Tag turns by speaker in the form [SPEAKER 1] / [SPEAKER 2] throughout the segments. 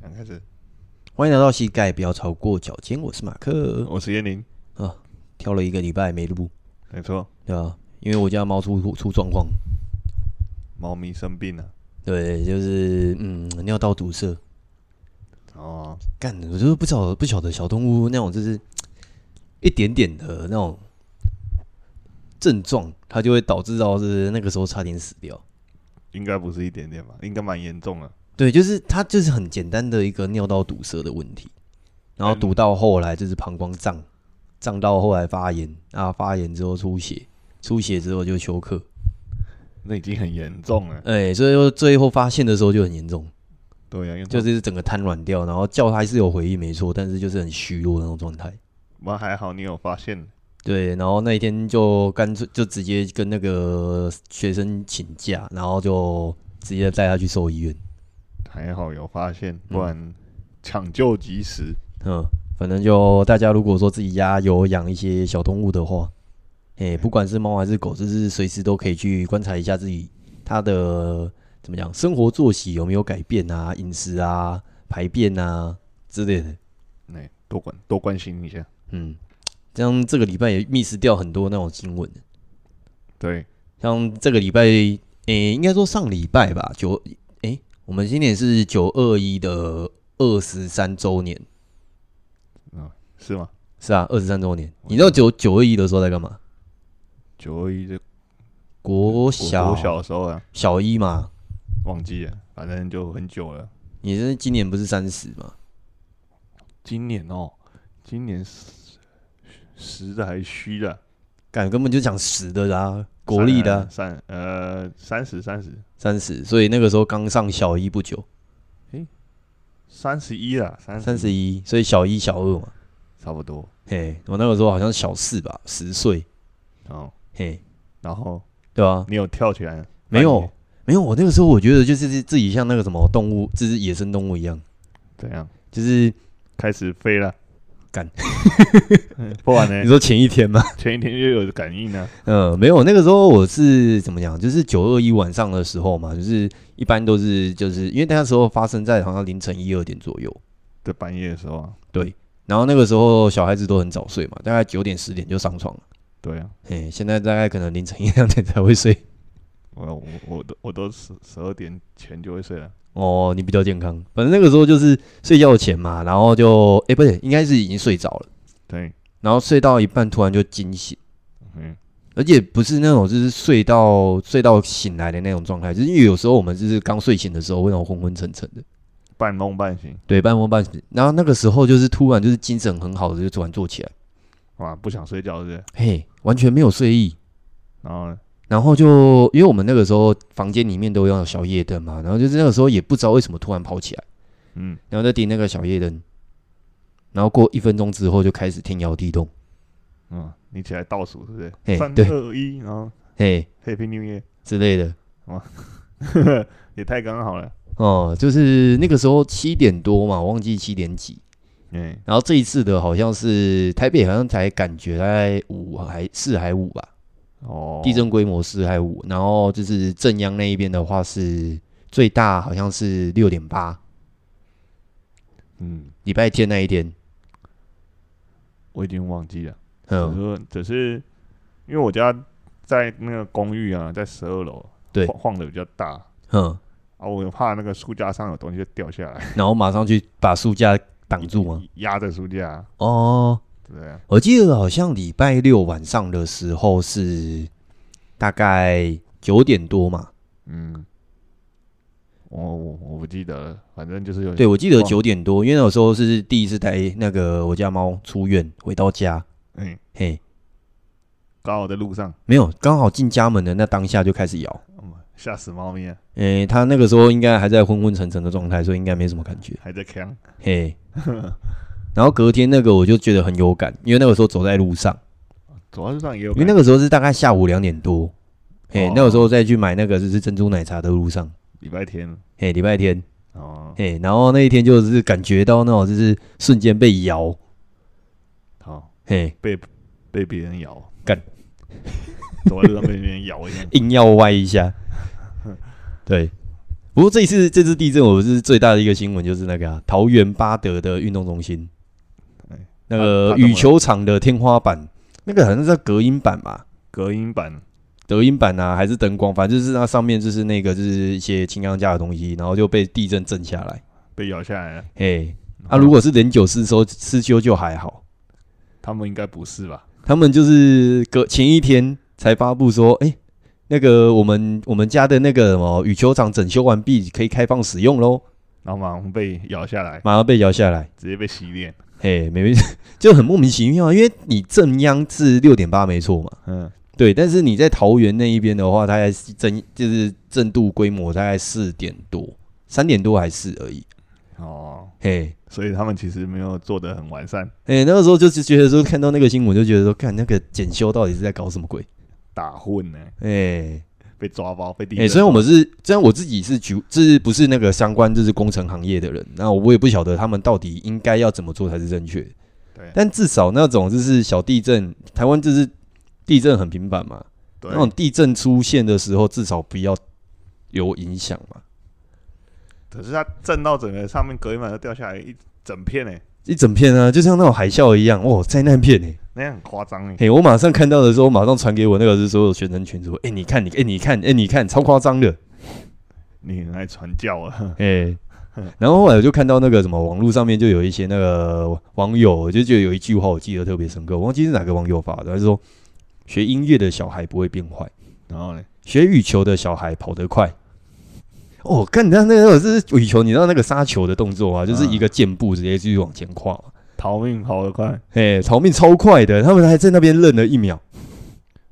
[SPEAKER 1] 开始，
[SPEAKER 2] 欢迎来到膝盖不要超过脚尖，我是马克。
[SPEAKER 1] 我是燕宁，
[SPEAKER 2] 啊，跳了一个礼拜没录，
[SPEAKER 1] 没错，
[SPEAKER 2] 对啊，因为我家猫出出状况，
[SPEAKER 1] 猫咪生病了，
[SPEAKER 2] 对，就是嗯尿道堵塞，
[SPEAKER 1] 哦，
[SPEAKER 2] 干，我就是不晓不晓得小动物那种就是一点点的那种症状，它就会导致到是那个时候差点死掉。
[SPEAKER 1] 应该不是一点点吧，应该蛮严重的，
[SPEAKER 2] 对，就是它就是很简单的一个尿道堵塞的问题，然后
[SPEAKER 1] 嗯
[SPEAKER 2] 堵到后来就是膀胱胀，胀到后来发炎啊，发炎之后出血，出血之后就休克，
[SPEAKER 1] 那已经很严重了，
[SPEAKER 2] 哎、所以说最后发现的时候就很严重，
[SPEAKER 1] 对啊呀、因为
[SPEAKER 2] 就
[SPEAKER 1] 就是
[SPEAKER 2] 整个瘫软掉，然后叫它还是有回忆没错，但是就是很虚弱的那种状态。
[SPEAKER 1] 我还好，你有发现，
[SPEAKER 2] 对，然后那一天就干脆就直接跟那个学生请假，然后就直接带他去兽医院。
[SPEAKER 1] 还好有发现，不然抢救及时，
[SPEAKER 2] 嗯，反正就大家如果说自己家有养一些小动物的话，哎、不管是猫还是狗，就是随时都可以去观察一下自己它的怎么讲，生活作息有没有改变啊，饮食啊、排便啊之类的。
[SPEAKER 1] 哎、多关多关心一下，
[SPEAKER 2] 嗯，这样这个礼拜也 miss 掉很多那种新闻。
[SPEAKER 1] 对，
[SPEAKER 2] 像这个礼拜，诶、应该说上礼拜吧，九，诶、我们今年是九二一的二十三周年，
[SPEAKER 1] 是吗？
[SPEAKER 2] 是啊，二十三周年。你知道九九二一的时候在干嘛？
[SPEAKER 1] 九二一这
[SPEAKER 2] 国小
[SPEAKER 1] 我小的时候啊，
[SPEAKER 2] 小一嘛，
[SPEAKER 1] 忘记了，反正就很久了，
[SPEAKER 2] 你是今年不是三十嘛？
[SPEAKER 1] 今年哦，今年实实的还是虚的，
[SPEAKER 2] 干根本就讲十的啦、国立的啊
[SPEAKER 1] 三呃三十三十
[SPEAKER 2] 三十，所以那个时候刚上小一不久，
[SPEAKER 1] 三十一啦，三
[SPEAKER 2] 三十一，所以小一小二嘛。
[SPEAKER 1] 差不多
[SPEAKER 2] 嘿，我那个时候好像小四吧，十岁，
[SPEAKER 1] 哦。
[SPEAKER 2] 嘿，
[SPEAKER 1] 然后
[SPEAKER 2] 对吧、
[SPEAKER 1] 你有跳起来
[SPEAKER 2] 没
[SPEAKER 1] 半
[SPEAKER 2] 有
[SPEAKER 1] 夜，
[SPEAKER 2] 没有。我那个时候我觉得就是自己像那个什么动物，就是野生动物一样，
[SPEAKER 1] 怎样？
[SPEAKER 2] 就是
[SPEAKER 1] 开始飞了，
[SPEAKER 2] 干
[SPEAKER 1] 嗯 不然
[SPEAKER 2] 你
[SPEAKER 1] 呢？
[SPEAKER 2] 说前一天嘛，
[SPEAKER 1] 前一天就有感应啊呢、
[SPEAKER 2] 嗯，没有。那个时候我是怎么讲，就是九二一晚上的时候嘛，就是一般都是就是因为那时候发生在好像凌晨一二点左右，
[SPEAKER 1] 在半夜的时候啊，
[SPEAKER 2] 对。然后那个时候小孩子都很早睡嘛，大概九点十点就上床了。
[SPEAKER 1] 对啊，
[SPEAKER 2] 嘿，现在大概可能凌晨一两点才会睡。
[SPEAKER 1] 我我我都我都十十二点前就会睡了，
[SPEAKER 2] 哦，你比较健康。反正那个时候就是睡觉前嘛，然后就哎、不对，应该是已经睡着了，
[SPEAKER 1] 对，
[SPEAKER 2] 然后睡到一半突然就惊醒。
[SPEAKER 1] 嗯，
[SPEAKER 2] 而且不是那种就是睡到睡到醒来的那种状态，就是因为有时候我们就是刚睡醒的时候会那种昏昏沉沉的，
[SPEAKER 1] 半梦半醒，
[SPEAKER 2] 对，半梦半醒。然后那个时候就是突然就是精神很好的就突然坐起来，
[SPEAKER 1] 哇，不想睡觉是不是？
[SPEAKER 2] 嘿，完全没有睡意。
[SPEAKER 1] 然后呢，
[SPEAKER 2] 然后就因为我们那个时候房间里面都有小夜灯嘛，然后就是那个时候也不知道为什么突然跑起来，
[SPEAKER 1] 嗯，
[SPEAKER 2] 然后就点那个小夜灯，然后过一分钟之后就开始天摇地动，
[SPEAKER 1] 嗯，你起来倒数是不
[SPEAKER 2] 嘿
[SPEAKER 1] 是？三
[SPEAKER 2] 对
[SPEAKER 1] 二一，然后
[SPEAKER 2] 嘿
[SPEAKER 1] Happy New Year，
[SPEAKER 2] 之类的。
[SPEAKER 1] 也太刚好了，
[SPEAKER 2] 哦、就是那个时候七点多嘛，我忘记七点几，
[SPEAKER 1] 嗯，
[SPEAKER 2] 然后这一次的好像是台北，好像才感觉大概五还四还五吧，
[SPEAKER 1] 哦，
[SPEAKER 2] 地震规模四还五。然后就是正央那一边的话是最大，好像是六点八，
[SPEAKER 1] 嗯，
[SPEAKER 2] 礼拜天那一天。
[SPEAKER 1] 我已经忘记了。只
[SPEAKER 2] 嗯，
[SPEAKER 1] 是只是因为我家在那个公寓啊，在十二楼，
[SPEAKER 2] 对
[SPEAKER 1] 晃晃的比较大
[SPEAKER 2] 嗯，
[SPEAKER 1] 啊，我怕那个书架上有东西就掉下来，
[SPEAKER 2] 然后马上去把书架挡住吗？
[SPEAKER 1] 压着书架，
[SPEAKER 2] 哦，
[SPEAKER 1] 对啊，
[SPEAKER 2] 我记得好像礼拜六晚上的时候是大概九点多嘛，
[SPEAKER 1] 嗯，我我我不记得了，反正就是有
[SPEAKER 2] 对我记得
[SPEAKER 1] 哇
[SPEAKER 2] 九点多，因为那时候是第一次带那个我家猫出院回到家，
[SPEAKER 1] 嗯，
[SPEAKER 2] 嘿，
[SPEAKER 1] 刚好在路上，
[SPEAKER 2] 没有，刚好进家门的那当下就开始摇。
[SPEAKER 1] 嗯吓死猫咪了，
[SPEAKER 2] 诶、他那个时候应该还在昏昏沉沉的状态，所以应该没什么感觉。
[SPEAKER 1] 还在扛，
[SPEAKER 2] 嘿，然后隔天那个我就觉得很有感，因为那个时候走在路上，
[SPEAKER 1] 走在路上也有
[SPEAKER 2] 因为那
[SPEAKER 1] 个
[SPEAKER 2] 个时候是大概下午两点多，嘿，
[SPEAKER 1] 哦
[SPEAKER 2] 那个时候再去买那个就是珍珠奶茶的路上，
[SPEAKER 1] 礼拜天
[SPEAKER 2] 嘿，礼拜天，
[SPEAKER 1] 哦，
[SPEAKER 2] 嘿，然后那一天就是感觉到那种就是瞬间被摇，
[SPEAKER 1] 好
[SPEAKER 2] 嘿，
[SPEAKER 1] 被别人咬，
[SPEAKER 2] 干， 哎，
[SPEAKER 1] 走在路上被别人咬一样
[SPEAKER 2] 硬要歪一下，对。不过这一次这次地震，我是最大的一个新闻就是那个、啊、桃园巴德的运动中心
[SPEAKER 1] 哎，
[SPEAKER 2] 那
[SPEAKER 1] 巴
[SPEAKER 2] 个
[SPEAKER 1] 巴德
[SPEAKER 2] 羽球场的天花板，那个好像是叫隔音板吧，
[SPEAKER 1] 隔音板，
[SPEAKER 2] 隔音板啊还是灯光，反正就是那上面就是那个就是一些轻钢架的东西，然后就被地震震下来。
[SPEAKER 1] 被咬下来了。
[SPEAKER 2] 嘿，
[SPEAKER 1] 嗯
[SPEAKER 2] 啊，如果是连九四收四修就还好，
[SPEAKER 1] 他们应该不是吧？
[SPEAKER 2] 他们就是隔前一天才发布说，哎、那个我们我们家的那个什么羽球场整修完毕，可以开放使用喽，
[SPEAKER 1] 然后马上被咬下来，
[SPEAKER 2] 马上被摇下来。
[SPEAKER 1] 直接被洗脸。
[SPEAKER 2] 嘿，没 就很莫名其妙啊，因为你正央是六点八没错嘛，
[SPEAKER 1] 嗯，
[SPEAKER 2] 对，但是你在桃园那一边的话，大概是震就是震度规模大概四点多，三点多还是而已。
[SPEAKER 1] 哦，
[SPEAKER 2] 嘿，
[SPEAKER 1] 所以他们其实没有做的很完善，
[SPEAKER 2] 哎，那个时候就是觉得说看到那个新闻就觉得说，看那个检修到底是在搞什么鬼？
[SPEAKER 1] 打混呢、
[SPEAKER 2] 哎
[SPEAKER 1] 被抓包，被地
[SPEAKER 2] 哎，
[SPEAKER 1] 震
[SPEAKER 2] 虽然我们是虽然我自己是局，这不是那个相关就是工程行业的人，那我也不晓得他们到底应该要怎么做才是正确的。
[SPEAKER 1] 对
[SPEAKER 2] 但至少那种就是小地震，台湾就是地震很频繁嘛，
[SPEAKER 1] 对
[SPEAKER 2] 那种地震出现的时候，至少不要有影响嘛。
[SPEAKER 1] 可是它震到整个上面隔音板都掉下来一整片呢、
[SPEAKER 2] 一整片啊，就像那种海啸一样，哇，灾难片哎、
[SPEAKER 1] 那样很夸张哎。
[SPEAKER 2] 嘿，我马上看到的时候，马上传给我那个是所有学生群组，哎、你看你，哎、你看，哎、你看，超夸张的，
[SPEAKER 1] 你很爱传教啊，
[SPEAKER 2] 哎、然后后来我就看到那个什么网络上面就有一些那个网友，我就觉得有一句话我记得特别深刻，我忘记是哪个网友发的，他就说学音乐的小孩不会变坏。
[SPEAKER 1] 然后呢，
[SPEAKER 2] 学羽球的小孩跑得快。哦，看你知道那个是羽球，你知道那个杀球的动作啊，就是一个箭步直接继续往前跨嘛。
[SPEAKER 1] 逃命跑得快，
[SPEAKER 2] 哎、逃命超快的，他们还在那边愣了一秒，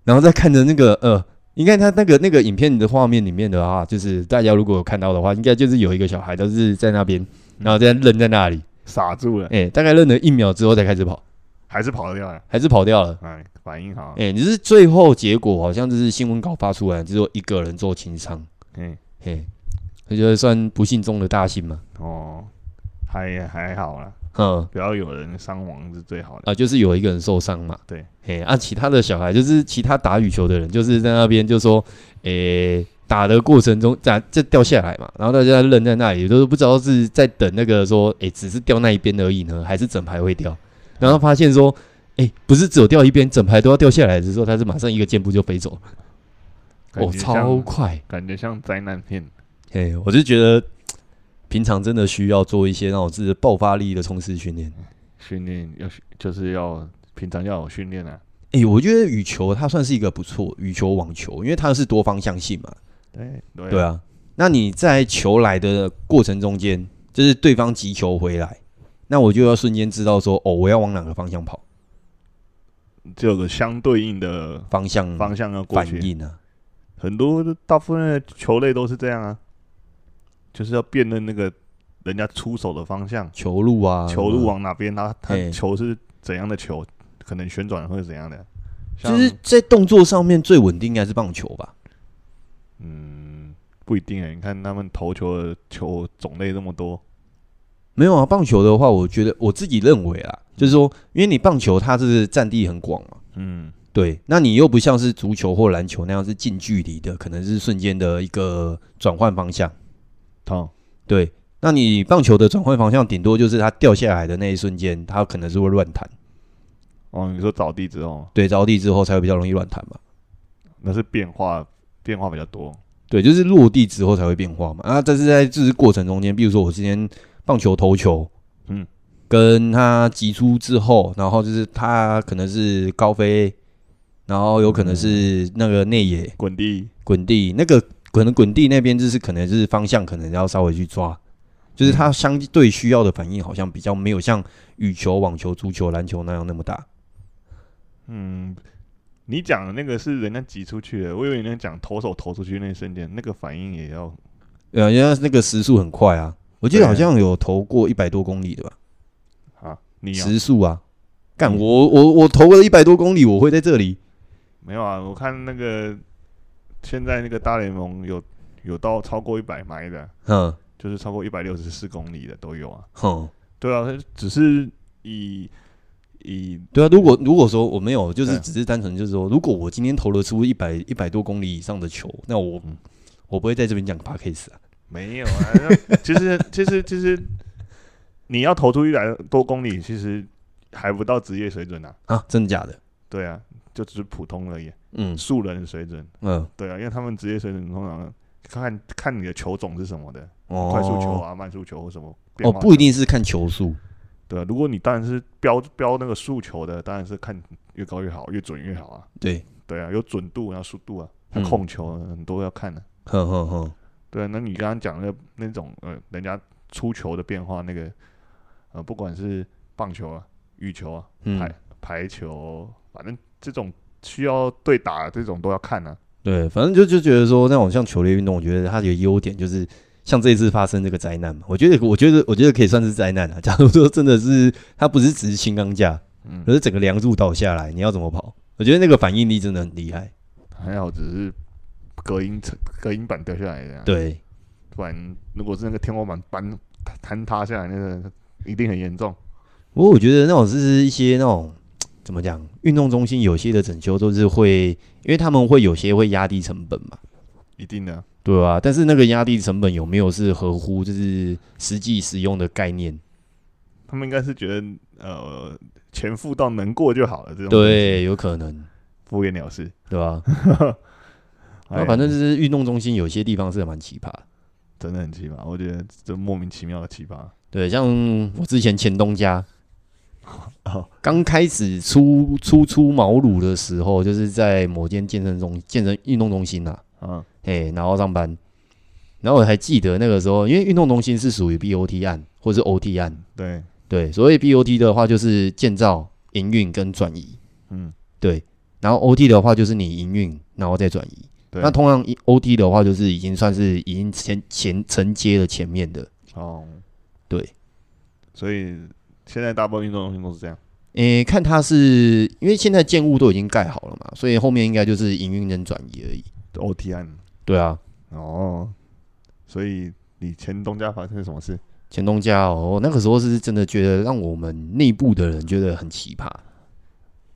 [SPEAKER 2] 然后再看着那个呃，应该他那个那个影片的画面里面的啊，就是大家如果有看到的话，应该就是有一个小孩，就是在那边，然后在愣在那里，
[SPEAKER 1] 傻住了，
[SPEAKER 2] 哎、大概愣了一秒之后才开始跑，
[SPEAKER 1] 还是跑得掉了。
[SPEAKER 2] 还是跑掉了。
[SPEAKER 1] 哎，反应好，
[SPEAKER 2] 哎、只是最后结果好像就是新闻稿发出来，只有一个人做轻伤。
[SPEAKER 1] 嗯，
[SPEAKER 2] 嘿，那就算不幸中的大幸嘛。
[SPEAKER 1] 哦，还还好啦，
[SPEAKER 2] 嗯，
[SPEAKER 1] 不要有人伤亡是最好的。
[SPEAKER 2] 啊，就是有一个人受伤嘛。
[SPEAKER 1] 对，
[SPEAKER 2] 嘿，啊，其他的小孩就是其他打羽球的人，就是在那边就说，诶、打的过程中打就掉下来嘛，然后大家愣在那里，都不知道是在等那个说，诶、只是掉那一边而已呢，还是整排会掉？然后发现说，诶、不是只有掉一边，整排都要掉下来的时候，他是马上一个箭步就飞走，
[SPEAKER 1] 感
[SPEAKER 2] 哦，
[SPEAKER 1] 觉像
[SPEAKER 2] 超快。
[SPEAKER 1] 感觉像灾难片。
[SPEAKER 2] 嘿，我就觉得平常真的需要做一些那种自己爆发力的冲刺训练。
[SPEAKER 1] 训练要就是要平常要有训练啊。
[SPEAKER 2] 诶，我觉得羽球它算是一个不错，羽球、网球，因为它是多方向性嘛。
[SPEAKER 1] 对对
[SPEAKER 2] 对啊，那你在球来的过程中间，就是对方击球回来，那我就要瞬间知道说，哦，我要往哪个方向跑，
[SPEAKER 1] 就有个相对应的
[SPEAKER 2] 方向
[SPEAKER 1] 方向要过
[SPEAKER 2] 反
[SPEAKER 1] 去。
[SPEAKER 2] 应啊。
[SPEAKER 1] 很多大部分的球类都是这样啊，就是要辨认那个人家出手的方向，
[SPEAKER 2] 球路啊，
[SPEAKER 1] 球路往哪边，他他
[SPEAKER 2] 嘿
[SPEAKER 1] 球是怎样的球，可能旋转会是怎样的。
[SPEAKER 2] 什
[SPEAKER 1] 像
[SPEAKER 2] 么的，就是在动作上面最稳定应该是棒球吧？
[SPEAKER 1] 嗯，不一定哎、你看他们投球的球种类这么多，
[SPEAKER 2] 没有啊，棒球的话，我觉得我自己认为啊，就是说，因为你棒球它是占地很广嘛，
[SPEAKER 1] 嗯，
[SPEAKER 2] 对，那你又不像是足球或篮球那样是近距离的，可能是瞬间的一个转换方向。
[SPEAKER 1] 好，
[SPEAKER 2] 对，那你棒球的转换方向，顶多就是它掉下来的那一瞬间，它可能是会乱弹，
[SPEAKER 1] 哦，你说找地之后，
[SPEAKER 2] 对，着地之后才会比较容易乱弹嘛。
[SPEAKER 1] 那是变化变化比较多，
[SPEAKER 2] 对，就是落地之后才会变化嘛。啊，但是在这是过程中间，比如说我今天棒球投球，
[SPEAKER 1] 嗯，
[SPEAKER 2] 跟他击出之后，然后就是他可能是高飞，然后有可能是那个内野
[SPEAKER 1] 滚地，
[SPEAKER 2] 滚地，那个可能滚地那边就是可能就是方向可能要稍微去抓，
[SPEAKER 1] 嗯
[SPEAKER 2] 就是他相对需要的反应好像比较没有像羽球、网球、足球、篮球那样那么大。
[SPEAKER 1] 嗯，你讲的那个是人家挤出去的，我以为你在讲投手投出去那一瞬间，那个反应也要
[SPEAKER 2] 呃，人家那个时速很快啊，我记得
[SPEAKER 1] 对啊
[SPEAKER 2] 好像有投过一百多公里的吧，
[SPEAKER 1] 啊，你要
[SPEAKER 2] 时速啊。干
[SPEAKER 1] 嗯
[SPEAKER 2] 我我我投了一百多公里，我会在这里。
[SPEAKER 1] 没有啊？我看那个现在那个大联盟有有到超过一百迈的，
[SPEAKER 2] 嗯
[SPEAKER 1] 就是超过一百六十四公里的都有啊。
[SPEAKER 2] 哼，
[SPEAKER 1] 对啊，只是以以
[SPEAKER 2] 对啊。如果如果说我没有，就是
[SPEAKER 1] 对
[SPEAKER 2] 只是单纯就是说，如果我今天投了出一百一百多公里以上的球，那我
[SPEAKER 1] 嗯
[SPEAKER 2] 我不会在这边讲 p a c a s e 啊。
[SPEAKER 1] 没有啊，那 其实其实其实你要投出一百多公里，其实还不到职业水准啊。
[SPEAKER 2] 啊？真的假的？
[SPEAKER 1] 对啊，就只是普通而已，
[SPEAKER 2] 嗯
[SPEAKER 1] 素人水准。
[SPEAKER 2] 嗯，
[SPEAKER 1] 对啊，因为他们职业水准通常看看你的球种是什么的，
[SPEAKER 2] 哦，
[SPEAKER 1] 快速球啊、慢速球或什么。
[SPEAKER 2] 哦，不一。定是看球速，
[SPEAKER 1] 对啊，如果你当然是标标那个速球的，当然是看越高越好，越准越好啊。
[SPEAKER 2] 对，
[SPEAKER 1] 对啊，有准度，然后速度啊，他
[SPEAKER 2] 嗯
[SPEAKER 1] 控球很多要看的、啊
[SPEAKER 2] 哼哼哼，
[SPEAKER 1] 对，啊那你刚刚讲的那种呃，人家出球的变化，那个呃，不管是棒球啊、羽球啊、
[SPEAKER 2] 嗯
[SPEAKER 1] 排，排球，啊反正这种需要对打这种都要看啊。
[SPEAKER 2] 对，反正就就觉得说那种像球类运动，我觉得它有优点就是。像这一次发生这个灾难嘛，我觉得，我觉得，我觉得可以算是灾难啊。 假如说真的是它不是只是轻钢架，
[SPEAKER 1] 嗯
[SPEAKER 2] 可，是整个梁柱倒下来，你要怎么跑？我觉得那个反应力真的很厉
[SPEAKER 1] 嗯
[SPEAKER 2] 害。
[SPEAKER 1] 还好只是隔音层隔音板掉下来这样，，
[SPEAKER 2] 对，
[SPEAKER 1] 不然如果是那个天花板搬坍塌下来，那个一定很严重。
[SPEAKER 2] 不过我觉得那种是一些那种怎么讲，运动中心有些的整修都是会，因为他们会有些会压低成本嘛，
[SPEAKER 1] 一定的，
[SPEAKER 2] 对吧、但是那个压低成本有没有是合乎就是实际使用的概念？
[SPEAKER 1] 他们应该是觉得呃，钱付到能过就好了，这种
[SPEAKER 2] 对，有可能，
[SPEAKER 1] 敷衍了事。
[SPEAKER 2] 对 吧、
[SPEAKER 1] 哎
[SPEAKER 2] 那
[SPEAKER 1] 呀
[SPEAKER 2] 反正就是运动中心有些地方是蛮奇葩的。
[SPEAKER 1] 真的很奇葩，我觉得这莫名其妙的奇葩。啊
[SPEAKER 2] 对，像我之前前东 家
[SPEAKER 1] 哦，
[SPEAKER 2] 刚开始初初出茅庐的时候，就是在某间健身中健身运动中心呐、啊，
[SPEAKER 1] 嗯
[SPEAKER 2] 哎，然后上班，然后我还记得那个时候，因为运动中心是属于 BOT 案或是 OT 案，，
[SPEAKER 1] 对，
[SPEAKER 2] 对，所谓 BOT 的话就是建造、营运跟转移，
[SPEAKER 1] 嗯，
[SPEAKER 2] 对，然后 OT 的话就是你营运然后再转移，
[SPEAKER 1] 对。
[SPEAKER 2] 那通常一 OT 的话就是已经算是已经前前承接了前面的，
[SPEAKER 1] 哦，
[SPEAKER 2] 对，
[SPEAKER 1] 所以现在大部分运动中心都是这样。
[SPEAKER 2] 诶，看它是因为现在建物都已经盖好了嘛，所以后面应该就是营运跟转移而已。
[SPEAKER 1] OT 案
[SPEAKER 2] 对啊，
[SPEAKER 1] 哦，所以你前东家发生了什么事？
[SPEAKER 2] 前东家哦，那个时候是真的觉得让我们内部的人觉得很奇葩，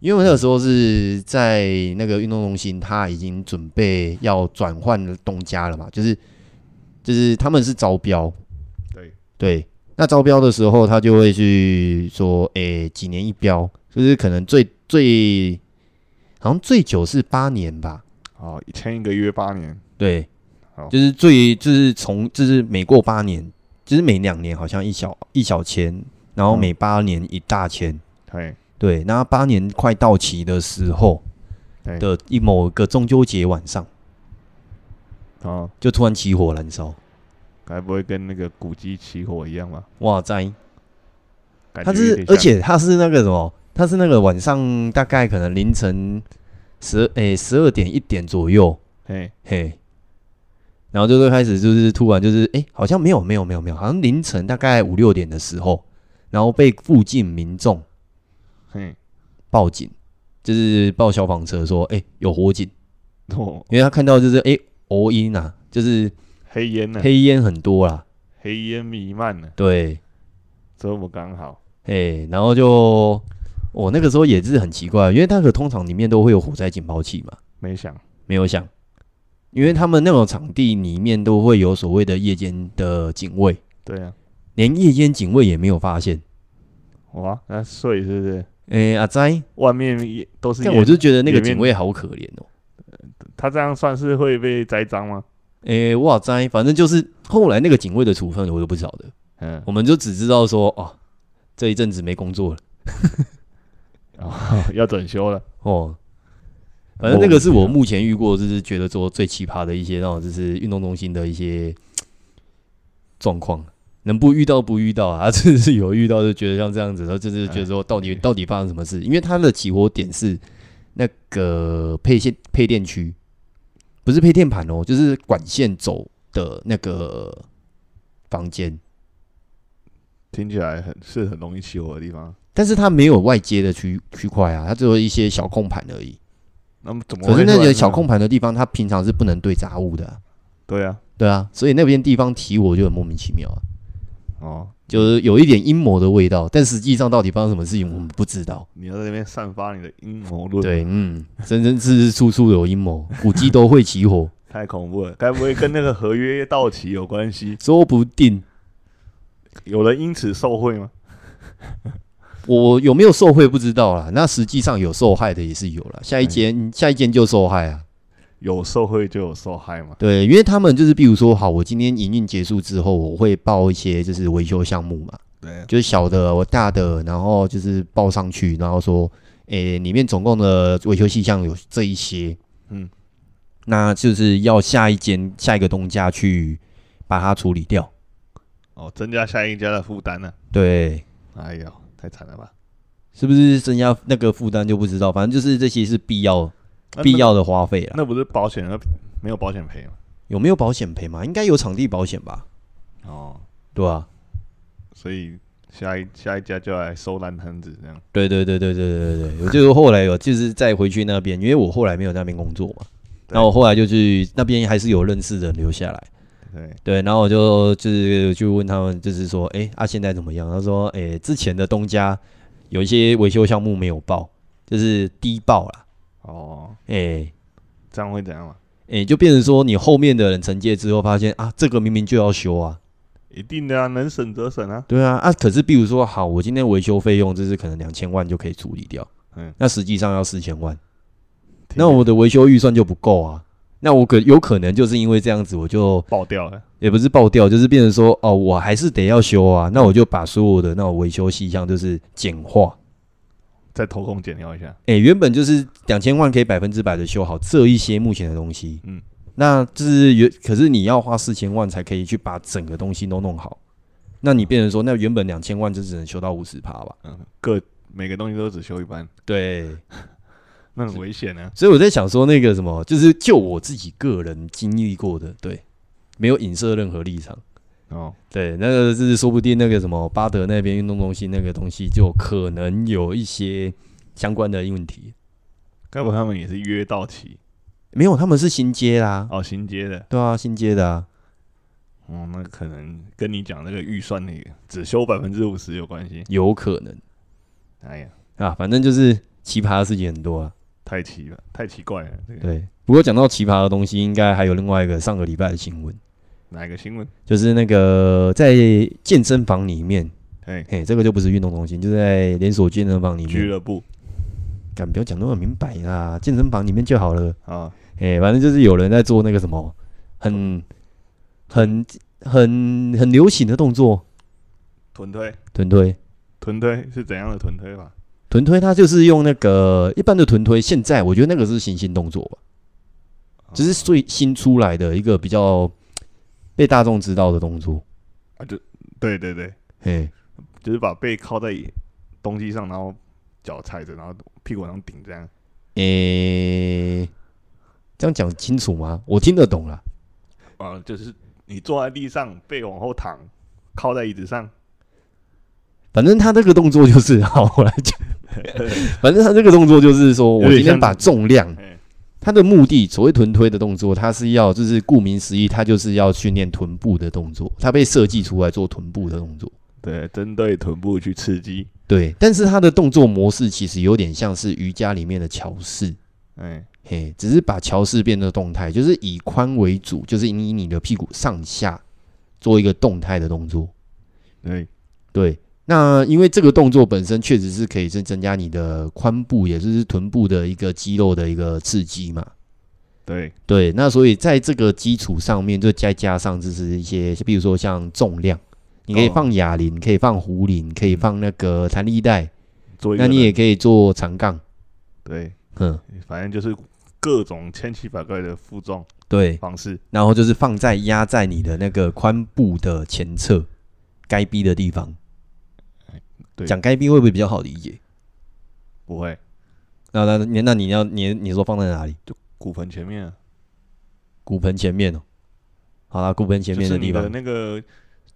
[SPEAKER 2] 因为我那个时候是在那个运动中心，他已经准备要转换东家了嘛，就是就是他们是招标，
[SPEAKER 1] 对，
[SPEAKER 2] 对，那招标的时候，他就会去说，诶、几年一标，就是可能最最好像最久是八年吧，
[SPEAKER 1] 哦，签一个约八年，
[SPEAKER 2] 对
[SPEAKER 1] 好，
[SPEAKER 2] 就是最就是从就是每过八年，就是每两年好像一小一小签，然后每
[SPEAKER 1] 嗯
[SPEAKER 2] 八年一大签。
[SPEAKER 1] 对，
[SPEAKER 2] 对，那八年快到期的时候
[SPEAKER 1] 对
[SPEAKER 2] 的一某个中秋节晚上，
[SPEAKER 1] 哦，
[SPEAKER 2] 就突然起火燃烧，
[SPEAKER 1] 该不会跟那个古迹起火一样吧？
[SPEAKER 2] 哇塞！
[SPEAKER 1] 感
[SPEAKER 2] 它
[SPEAKER 1] 觉有
[SPEAKER 2] 是
[SPEAKER 1] 点
[SPEAKER 2] 而
[SPEAKER 1] 像
[SPEAKER 2] 且它是那个什么，它是那个晚上大概可能凌晨十诶十二点一点左右，
[SPEAKER 1] 嘿，
[SPEAKER 2] 嘿，然后就是开始就是突然就是哎、诶好像没有没有没有没有，好像凌晨大概五六点的时候，然后被附近民众
[SPEAKER 1] 嘿，
[SPEAKER 2] 报警，就是报消防车说哎、诶有火警，
[SPEAKER 1] 哦，
[SPEAKER 2] 因为他看到就是哎哦烟啊，就是
[SPEAKER 1] 黑烟呢？
[SPEAKER 2] 黑烟很多啦，
[SPEAKER 1] 黑烟弥漫呢，
[SPEAKER 2] 对，
[SPEAKER 1] 这么刚好。
[SPEAKER 2] 哎，然后就我、那个时候也是很奇怪，因为那个通常里面都会有火灾警报器嘛，
[SPEAKER 1] 没想，
[SPEAKER 2] 没有响。因为他们那种场地里面都会有所谓的夜间的警卫，
[SPEAKER 1] 对啊，
[SPEAKER 2] 连夜间警卫也没有发现，
[SPEAKER 1] 哇，那睡是不是？
[SPEAKER 2] 哎、阿斋，
[SPEAKER 1] 外面也都是
[SPEAKER 2] 但
[SPEAKER 1] 烟
[SPEAKER 2] 我就觉得那个
[SPEAKER 1] 里面
[SPEAKER 2] 警卫好可怜哦。
[SPEAKER 1] 他这样算是会被栽赃吗？
[SPEAKER 2] 哎、我阿斋，反正就是后来那个警卫的处分我都不晓得，
[SPEAKER 1] 嗯，
[SPEAKER 2] 我们就只知道说哦，这一阵子没工作了
[SPEAKER 1] 哦，要整修了。
[SPEAKER 2] 哦。反正那个是我目前遇过，就是觉得说最奇葩的一些那种，就是运动中心的一些嘖状况，能不遇到不遇到啊， 真是有遇到就觉得像这样子，然后就是觉得说到底
[SPEAKER 1] 哎
[SPEAKER 2] 到底发生什么事？因为它的起火点是那个配线配电区，不是配电盘哦，就是管线走的那个房间，
[SPEAKER 1] 听起来很是很容易起火的地方。
[SPEAKER 2] 但是它没有外接的区区块啊，它只有一些小控盘而已。
[SPEAKER 1] 那么怎么
[SPEAKER 2] 可
[SPEAKER 1] 会
[SPEAKER 2] 是
[SPEAKER 1] 突然这
[SPEAKER 2] 那
[SPEAKER 1] 样？
[SPEAKER 2] 个小控盘的地方，它平常是不能堆杂物的啊、
[SPEAKER 1] 对啊，
[SPEAKER 2] 对啊，所以那边地方提我就很莫名其妙啊，
[SPEAKER 1] 哦，
[SPEAKER 2] 就是有一点阴谋的味道，但实际上到底发生什么事情我们不知道。
[SPEAKER 1] 你要在那边散发你的阴谋论。
[SPEAKER 2] 对，嗯，真真是处处有阴谋，古迹都会起火，
[SPEAKER 1] 太恐怖了，该不会跟那个合约到期有关系？
[SPEAKER 2] 说不定
[SPEAKER 1] 有人因此受贿吗？
[SPEAKER 2] 我有没有受贿不知道啦，那实际上有受害的也是有啦。下一间下一间就受害啊，
[SPEAKER 1] 有受贿就有受害嘛？
[SPEAKER 2] 对，因为他们就是比如说，好，我今天营运结束之后，我会报一些就是维修项目嘛，
[SPEAKER 1] 对，啊
[SPEAKER 2] 就是小的我大的，然后就是报上去，然后说，诶、里面总共的维修细项有这一些，
[SPEAKER 1] 嗯，
[SPEAKER 2] 那就是要下一间下一个东家去把它处理掉。
[SPEAKER 1] 哦，增加下一家的负担啊呢？
[SPEAKER 2] 对，
[SPEAKER 1] 哎呦，太惨了吧！
[SPEAKER 2] 是不是增加那个负担就不知道，反正就是这些是必要
[SPEAKER 1] 那
[SPEAKER 2] 必要的花费啦。
[SPEAKER 1] 那不是保险，那没有保险赔嘛？
[SPEAKER 2] 有没有保险赔嘛？应该有场地保险吧？
[SPEAKER 1] 哦，
[SPEAKER 2] 对啊，
[SPEAKER 1] 所以下一下一家就来收烂摊子这样。
[SPEAKER 2] 对对对对对对对对，我就是后来有就是再回去那边，因为我后来没有在那边工作嘛，
[SPEAKER 1] 对
[SPEAKER 2] 然后我后来就去那边还是有认识的人留下来，
[SPEAKER 1] 对，
[SPEAKER 2] 对，然后我就就是去问他们，就是说，哎、啊现在怎么样？他说，哎、之前的东家有一些维修项目没有报，就是低报啦，
[SPEAKER 1] 哦，
[SPEAKER 2] 哎、
[SPEAKER 1] 这样会怎样嘛？
[SPEAKER 2] 哎、就变成说你后面的人承接之后，发现啊，这个明明就要修啊，
[SPEAKER 1] 一定的啊，能省则省啊。
[SPEAKER 2] 对啊，啊，可是比如说，好，我今天维修费用就是可能两千万就可以处理掉，
[SPEAKER 1] 嗯
[SPEAKER 2] 那实际上要四千万，那我的维修预算就不够啊。那我可有可能就是因为这样子，我就
[SPEAKER 1] 爆掉了。
[SPEAKER 2] 也不是爆掉，就是变成说，哦，我还是得要修啊。那我就把所有的那种维修细项就是简化。哎
[SPEAKER 1] 再偷工减料一下，
[SPEAKER 2] 诶、原本就是两千万可以百分之百的修好这一些目前的东西，
[SPEAKER 1] 嗯，
[SPEAKER 2] 那就是原可是你要花四千万才可以去把整个东西都弄好。那你变成说，那原本两千万就只能修到五十趴吧？
[SPEAKER 1] 嗯，各每个东西都只修一半，
[SPEAKER 2] 对，
[SPEAKER 1] 那很危险啊。
[SPEAKER 2] 所以我在想说，那个什么，就是就我自己个人经历过的，对，没有影射任何立场，
[SPEAKER 1] 哦，
[SPEAKER 2] 对，那个就是说不定那个什么巴德那边运动中心那个东西，就可能有一些相关的问题。
[SPEAKER 1] 该不会他们也是约到期
[SPEAKER 2] 没有，他们是新接啦，
[SPEAKER 1] 哦新接的？
[SPEAKER 2] 对啊，新接的啊，
[SPEAKER 1] 哦，那可能跟你讲那个预算那个只修百分之五十有关系。
[SPEAKER 2] 有可能
[SPEAKER 1] 哎呀，
[SPEAKER 2] 啊，反正就是奇葩的事情很多啊。
[SPEAKER 1] 太奇了，太奇怪了。这个
[SPEAKER 2] 对，不过讲到奇葩的东西，应该还有另外一个上个礼拜的新闻，
[SPEAKER 1] 哪一个新闻？
[SPEAKER 2] 就是那个在健身房里面，
[SPEAKER 1] 哎，
[SPEAKER 2] 嘿，这个就不是运动中心，就在连锁健身房里面
[SPEAKER 1] 俱。乐部
[SPEAKER 2] 敢不要讲那么明白啦，健身房里面就好了。
[SPEAKER 1] 啊，
[SPEAKER 2] 哎、反正就是有人在做那个什么，很、很、很、很流行的动作，
[SPEAKER 1] 臀推，
[SPEAKER 2] 臀推。
[SPEAKER 1] 臀推是怎样的臀推法？
[SPEAKER 2] 臀推它就是用那个一般的臀推，现在我觉得那个是新兴动作吧，只是最新出来的一个比较被大众知道的动作。
[SPEAKER 1] 对对对，
[SPEAKER 2] 嘿，
[SPEAKER 1] 就是把背靠在东西上，然后脚踩着，然后屁股往上顶这样。
[SPEAKER 2] 诶、这样讲清楚吗？我听得懂啦。
[SPEAKER 1] 啊，就是你坐在地上，背往后躺，靠在椅子上。
[SPEAKER 2] 反正他这个动作就是， 好，我来 讲。反正他这个动作就是说，我
[SPEAKER 1] 有点
[SPEAKER 2] 今天
[SPEAKER 1] 像
[SPEAKER 2] 把重量，
[SPEAKER 1] 哎，
[SPEAKER 2] 它的目的，所谓臀推的动作，它是要就是顾名思义，它就是要训练臀部的动作，它被设计出来做臀部的动作。
[SPEAKER 1] 对，针对臀部去刺激。
[SPEAKER 2] 对，但是它的动作模式其实有点像是瑜伽里面的桥式，
[SPEAKER 1] 哎，
[SPEAKER 2] 嘿，只是把桥式变得动态，就是以髋为主，就是你以你的屁股上下做一个动态的动作。
[SPEAKER 1] 对，
[SPEAKER 2] 对，那因为这个动作本身确实是可以是增加你的髋部，也就是臀部的一个肌肉的一个刺激嘛。
[SPEAKER 1] 对，
[SPEAKER 2] 对，那所以在这个基础上面，就再加上就是一些，比如说像重量，你可以
[SPEAKER 1] 哦
[SPEAKER 2] 放哑铃，可以放壶铃，可以放那个弹力带，
[SPEAKER 1] 做一个
[SPEAKER 2] 那你
[SPEAKER 1] 人
[SPEAKER 2] 也可以做长杠。
[SPEAKER 1] 对，
[SPEAKER 2] 嗯，
[SPEAKER 1] 反正就是各种千奇百怪的负重
[SPEAKER 2] 对，
[SPEAKER 1] 方式。
[SPEAKER 2] 然后就是放在压在你的那个髋部的前侧，该逼的地方
[SPEAKER 1] 哎。对
[SPEAKER 2] 讲该逼会不会比较好理解？
[SPEAKER 1] 不会，
[SPEAKER 2] 那那那那你要你你说放在哪里？
[SPEAKER 1] 骨盆前面啊，
[SPEAKER 2] 骨盆前面哦。好啦，骨盆前面
[SPEAKER 1] 就是
[SPEAKER 2] 地
[SPEAKER 1] 你
[SPEAKER 2] 方。
[SPEAKER 1] 的那个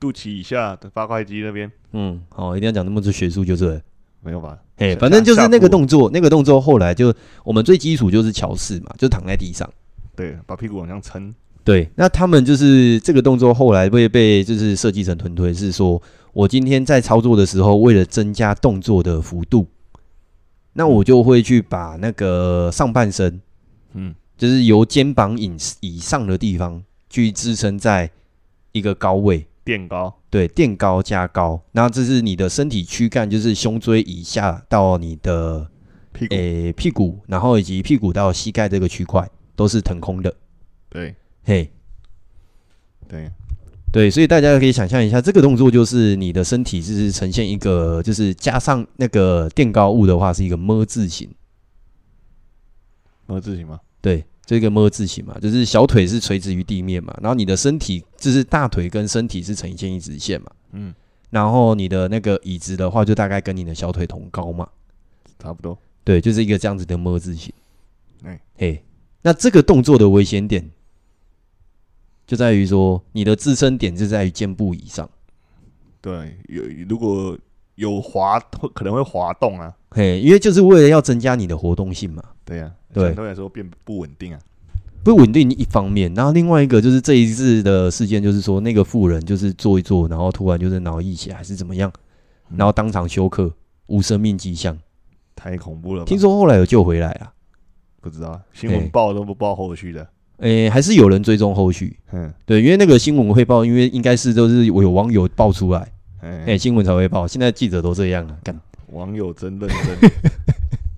[SPEAKER 1] 肚脐以下的八块肌那边，
[SPEAKER 2] 嗯，好，一定要讲那么多学术就是了。
[SPEAKER 1] 没有吧？
[SPEAKER 2] 哎，
[SPEAKER 1] 下
[SPEAKER 2] 反正就是
[SPEAKER 1] 下
[SPEAKER 2] 那
[SPEAKER 1] 部
[SPEAKER 2] 个动作，那个动作后来就我们最基础就是桥式嘛，就躺在地上。
[SPEAKER 1] 对，把屁股往上撑。
[SPEAKER 2] 对，那他们就是这个动作后来被被就是设计成臀推，是说我今天在操作的时候，为了增加动作的幅度，那我就会去把那个上半身
[SPEAKER 1] 嗯，
[SPEAKER 2] 就是由肩膀以以上的地方去支撑在一个高位，
[SPEAKER 1] 垫高，
[SPEAKER 2] 对，垫高加高，然后这是你的身体躯干，就是胸椎以下到你的
[SPEAKER 1] 屁股，
[SPEAKER 2] 诶、屁股，然后以及屁股到膝盖这个区块都是腾空的，
[SPEAKER 1] 对
[SPEAKER 2] 嘿，
[SPEAKER 1] 对，
[SPEAKER 2] 对，所以大家可以想象一下，这个动作就是你的身体是呈现一个，就是加上那个垫高物的话是一个么字形，
[SPEAKER 1] 么字形吗？
[SPEAKER 2] 对，这个么字形嘛，就是小腿是垂直于地面嘛，然后你的身体就是大腿跟身体是呈现一直线嘛，
[SPEAKER 1] 嗯，
[SPEAKER 2] 然后你的那个椅子的话就大概跟你的小腿同高嘛，
[SPEAKER 1] 差不多。
[SPEAKER 2] 对，就是一个这样子的么字形。
[SPEAKER 1] 哎
[SPEAKER 2] 嘿，那这个动作的危险点就在于说，你的支撑点就在于肩部以上。
[SPEAKER 1] 对，有如果有滑，会可能会滑动啊。
[SPEAKER 2] 嘿，因为就是为了要增加你的活动性嘛，
[SPEAKER 1] 对呀、
[SPEAKER 2] 对
[SPEAKER 1] 相对来说变不稳定啊。
[SPEAKER 2] 不稳定一方面，然后另外一个就是这一次的事件，就是说那个妇人就是做一做，然后突然就是脑溢血还是怎么样，
[SPEAKER 1] 嗯
[SPEAKER 2] 然后当场休克，无生命迹象。
[SPEAKER 1] 太恐怖了吧？
[SPEAKER 2] 听说后来有救回来啊，
[SPEAKER 1] 不知道啊，新
[SPEAKER 2] 哎
[SPEAKER 1] 闻报都不报后续的。
[SPEAKER 2] 诶、还是有人追踪后续，
[SPEAKER 1] 嗯，
[SPEAKER 2] 对，因为那个新闻汇报，因为应该是都是有网友爆出来，
[SPEAKER 1] 哎、
[SPEAKER 2] 哎、新闻才会报，现在记者都这样啊，干
[SPEAKER 1] 网友真认 真，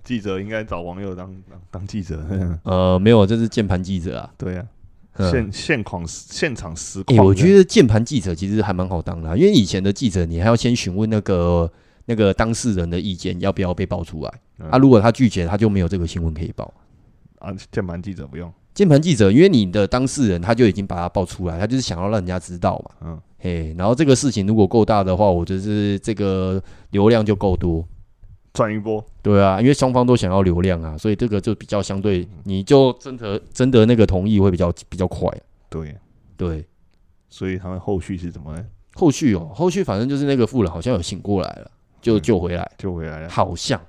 [SPEAKER 1] 记者应该找网友当当当记者。嗯
[SPEAKER 2] 呃没有，这是键盘记者啊，
[SPEAKER 1] 对呀、
[SPEAKER 2] 嗯
[SPEAKER 1] 现现况现场实
[SPEAKER 2] 哎、
[SPEAKER 1] 况。
[SPEAKER 2] 我觉得键盘记者其实还蛮好当的啊、因为以前的记者你还要先询问那个那个当事人的意见，要不要被爆出来、
[SPEAKER 1] 嗯
[SPEAKER 2] 啊？如果他拒绝，他就没有这个新闻可以报。
[SPEAKER 1] 啊，键盘记者不用。
[SPEAKER 2] 键盘记者，因为你的当事人他就已经把它爆出来，他就是想要让人家知道嘛。
[SPEAKER 1] 嗯，
[SPEAKER 2] 嘿，然后这个事情如果够大的话，我觉得是这个流量就够多。
[SPEAKER 1] 赚一波。
[SPEAKER 2] 对啊，因为双方都想要流量啊，所以这个就比较相对，你就征得征得那个同意会比较比较快。
[SPEAKER 1] 对，
[SPEAKER 2] 对，
[SPEAKER 1] 所以他们后续是怎么
[SPEAKER 2] 后续哦，后续反正就是那个富人好像有醒过来了，就
[SPEAKER 1] 嗯
[SPEAKER 2] 救回来，
[SPEAKER 1] 救回来了？
[SPEAKER 2] 好像。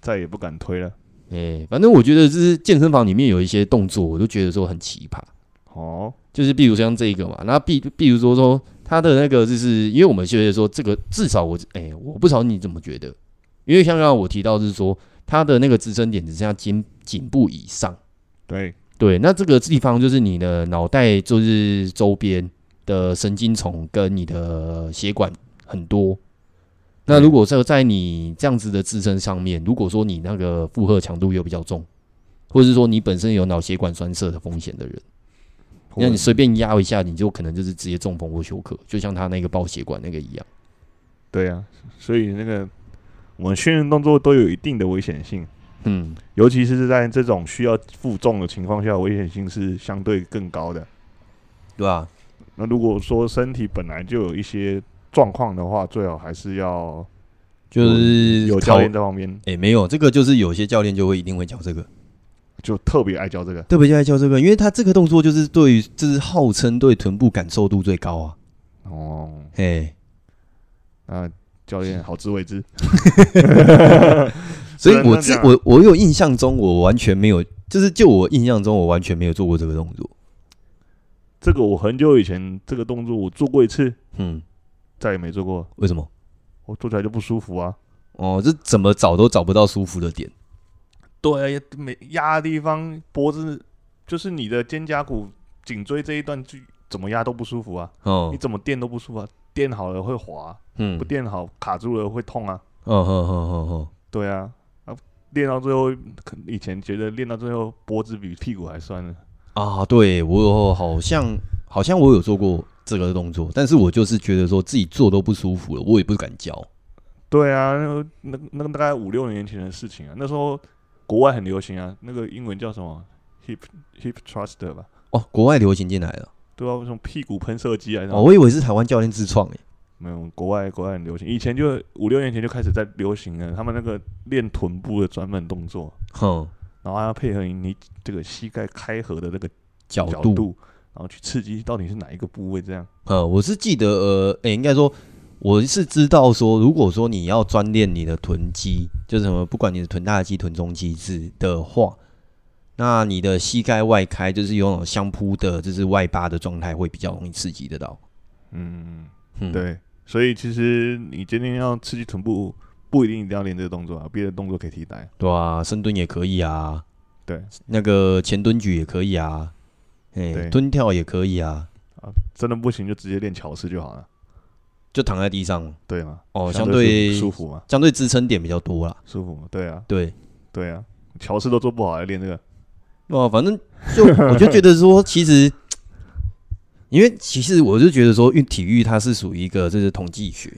[SPEAKER 1] 再也不敢推了。
[SPEAKER 2] 哎、反正我觉得就是健身房里面有一些动作，我都觉得说很奇葩，
[SPEAKER 1] 哦，
[SPEAKER 2] 就是比如像这一个嘛，那比比如说说他的那个，就是因为我们觉得说这个至少我哎、我不知道你怎么觉得，因为像刚刚我提到是说他的那个支撑点只剩下颈颈部以上，
[SPEAKER 1] 对，
[SPEAKER 2] 对，那这个地方就是你的脑袋就是周边的神经丛跟你的血管很多。那如果说在你这样子的支撑上面，如果说你那个负荷强度又比较重，或者是说你本身有脑血管栓塞的风险的人，那你随便压一下，你就可能就是直接中风或休克，就像他那个爆血管那个一样。
[SPEAKER 1] 对呀、所以那个我们训练动作都有一定的危险性，
[SPEAKER 2] 嗯，
[SPEAKER 1] 尤其是在这种需要负重的情况下，危险性是相对更高的。
[SPEAKER 2] 对吧、啊
[SPEAKER 1] 那如果说身体本来就有一些状况的话，最好还是要
[SPEAKER 2] 就是
[SPEAKER 1] 有教练在旁边，
[SPEAKER 2] 哎、没有这个，就是有些教练就会一定会教这个。
[SPEAKER 1] 就特别爱教这个。
[SPEAKER 2] 特别就爱教这个，因为他这个动作就是对于，就是号称对臀部感受度最高啊。
[SPEAKER 1] 哦，
[SPEAKER 2] 嘿，
[SPEAKER 1] 那教练好自为之。
[SPEAKER 2] 所以
[SPEAKER 1] 不能
[SPEAKER 2] 我
[SPEAKER 1] 这
[SPEAKER 2] 自
[SPEAKER 1] 样讲
[SPEAKER 2] 我我有印象中，我完全没有，就是就我印象中，我完全没有做过这个动作。
[SPEAKER 1] 这个我很久以前这个动作我做过一次，
[SPEAKER 2] 嗯，
[SPEAKER 1] 再也没做过，
[SPEAKER 2] 为什么？
[SPEAKER 1] 我做起来就不舒服啊。
[SPEAKER 2] 哦，这怎么找都找不到舒服的点。
[SPEAKER 1] 对啊，没压的地方，脖子就是你的肩胛骨、颈椎这一段，就怎么压都不舒服啊，
[SPEAKER 2] 哦
[SPEAKER 1] 你，怎么垫都不舒服啊，垫好了会滑啊，
[SPEAKER 2] 嗯
[SPEAKER 1] 不，垫好卡住了会痛啊。
[SPEAKER 2] 哦哦哦
[SPEAKER 1] 对啊，啊，练到最后，可以前觉得练到最后脖子比屁股还酸呢。
[SPEAKER 2] 哦哦，啊，对我有好像好像我有做过这个动作，但是我就是觉得说自己做都不舒服了，我也不敢教。
[SPEAKER 1] 对啊，那那那大概五六年前的事情啊，那时候国外很流行啊，那个英文叫什么 hip hip thruster 吧？
[SPEAKER 2] 哦，国外流行进来了，哦
[SPEAKER 1] 对啊，什么屁股喷射机啊？
[SPEAKER 2] 哦，我以为是台湾教练自创欸诶。
[SPEAKER 1] 没有，国外国外很流行，以前就五六年前就开始在流行了，他们那个练臀部的专门动作，
[SPEAKER 2] 哼，
[SPEAKER 1] 然后还要配合你这个膝盖开合的那个
[SPEAKER 2] 角
[SPEAKER 1] 角
[SPEAKER 2] 度。
[SPEAKER 1] 度，然后去刺激到底是哪一个部位这样。
[SPEAKER 2] 呃，我是记得，呃，诶、应该说我是知道说，如果说你要专练你的臀肌，就是什么，不管你是臀大肌、臀中肌是的话，那你的膝盖外开，就是有那种相扑的，就是外八的状态，会比较容易刺激得到。
[SPEAKER 1] 嗯，
[SPEAKER 2] 嗯，，
[SPEAKER 1] 对，所以其实你今天要刺激臀部，不一定一定要练这个动作啊，别的动作可以替代。
[SPEAKER 2] 对啊，深蹲也可以啊，
[SPEAKER 1] 对
[SPEAKER 2] 那个前蹲举也可以啊，哎、
[SPEAKER 1] 对
[SPEAKER 2] 蹲跳也可以啊，
[SPEAKER 1] 啊，真的不行就直接练乔式就好了，
[SPEAKER 2] 就躺在地上，
[SPEAKER 1] 对吗？
[SPEAKER 2] 哦
[SPEAKER 1] 相
[SPEAKER 2] 相对
[SPEAKER 1] 舒服舒服嘛，
[SPEAKER 2] 相对支撑点比较多啦。
[SPEAKER 1] 舒服嘛，对啊，
[SPEAKER 2] 对，
[SPEAKER 1] 对啊，乔式都做不好，还练这个，
[SPEAKER 2] 哦，反正就我就觉得说，其实因为其实我就觉得说，运体育它是属于一个这是统计学，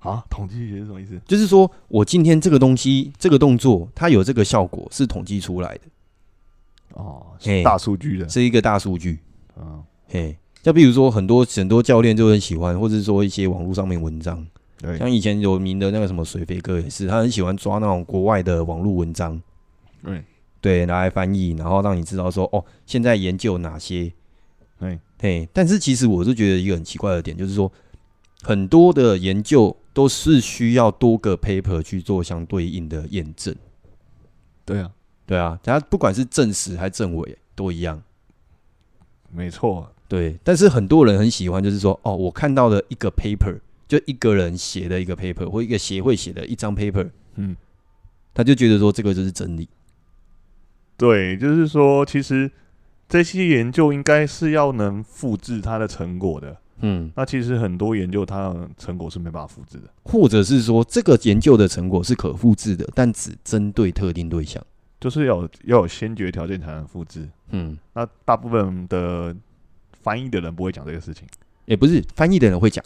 [SPEAKER 1] 啊，统计学是什么意思？
[SPEAKER 2] 就是说我今天这个东西这个动作它有这个效果是统计出来的，
[SPEAKER 1] 哦，
[SPEAKER 2] 嘿
[SPEAKER 1] 是大数据的，
[SPEAKER 2] 是一个大数据。
[SPEAKER 1] 嗯，
[SPEAKER 2] 嘿，像比如说很多很多教练就很喜欢，或者说一些网络上面文章，
[SPEAKER 1] 对，
[SPEAKER 2] 像以前有名的那个什么水飞哥也是，他很喜欢抓那种国外的网络文章，
[SPEAKER 1] 对，
[SPEAKER 2] 对，拿来翻译，然后让你知道说哦，现在研究哪些，
[SPEAKER 1] 对，
[SPEAKER 2] 嘿，但是其实我是觉得一个很奇怪的点，就是说很多的研究都是需要多个 paper 去做相对应的验证，
[SPEAKER 1] 对啊，
[SPEAKER 2] 对啊，它不管是证实还证伪都一样，
[SPEAKER 1] 没错，
[SPEAKER 2] 对，但是很多人很喜欢，就是说，哦，我看到了一个 paper，就一个人写的一个 paper，或一个协会写的一张 paper，
[SPEAKER 1] 嗯，
[SPEAKER 2] 他就觉得说这个就是真理。
[SPEAKER 1] 对，就是说，其实这些研究应该是要能复制它的成果的。
[SPEAKER 2] 嗯，
[SPEAKER 1] 那其实很多研究它的成果是没办法复制的，
[SPEAKER 2] 或者是说这个研究的成果是可复制的，但只针对特定对象。
[SPEAKER 1] 就是要有要有先决条件才能复制。
[SPEAKER 2] 嗯，
[SPEAKER 1] 那大部分的翻译的人不会讲这个事情
[SPEAKER 2] 也不是翻译的人会讲，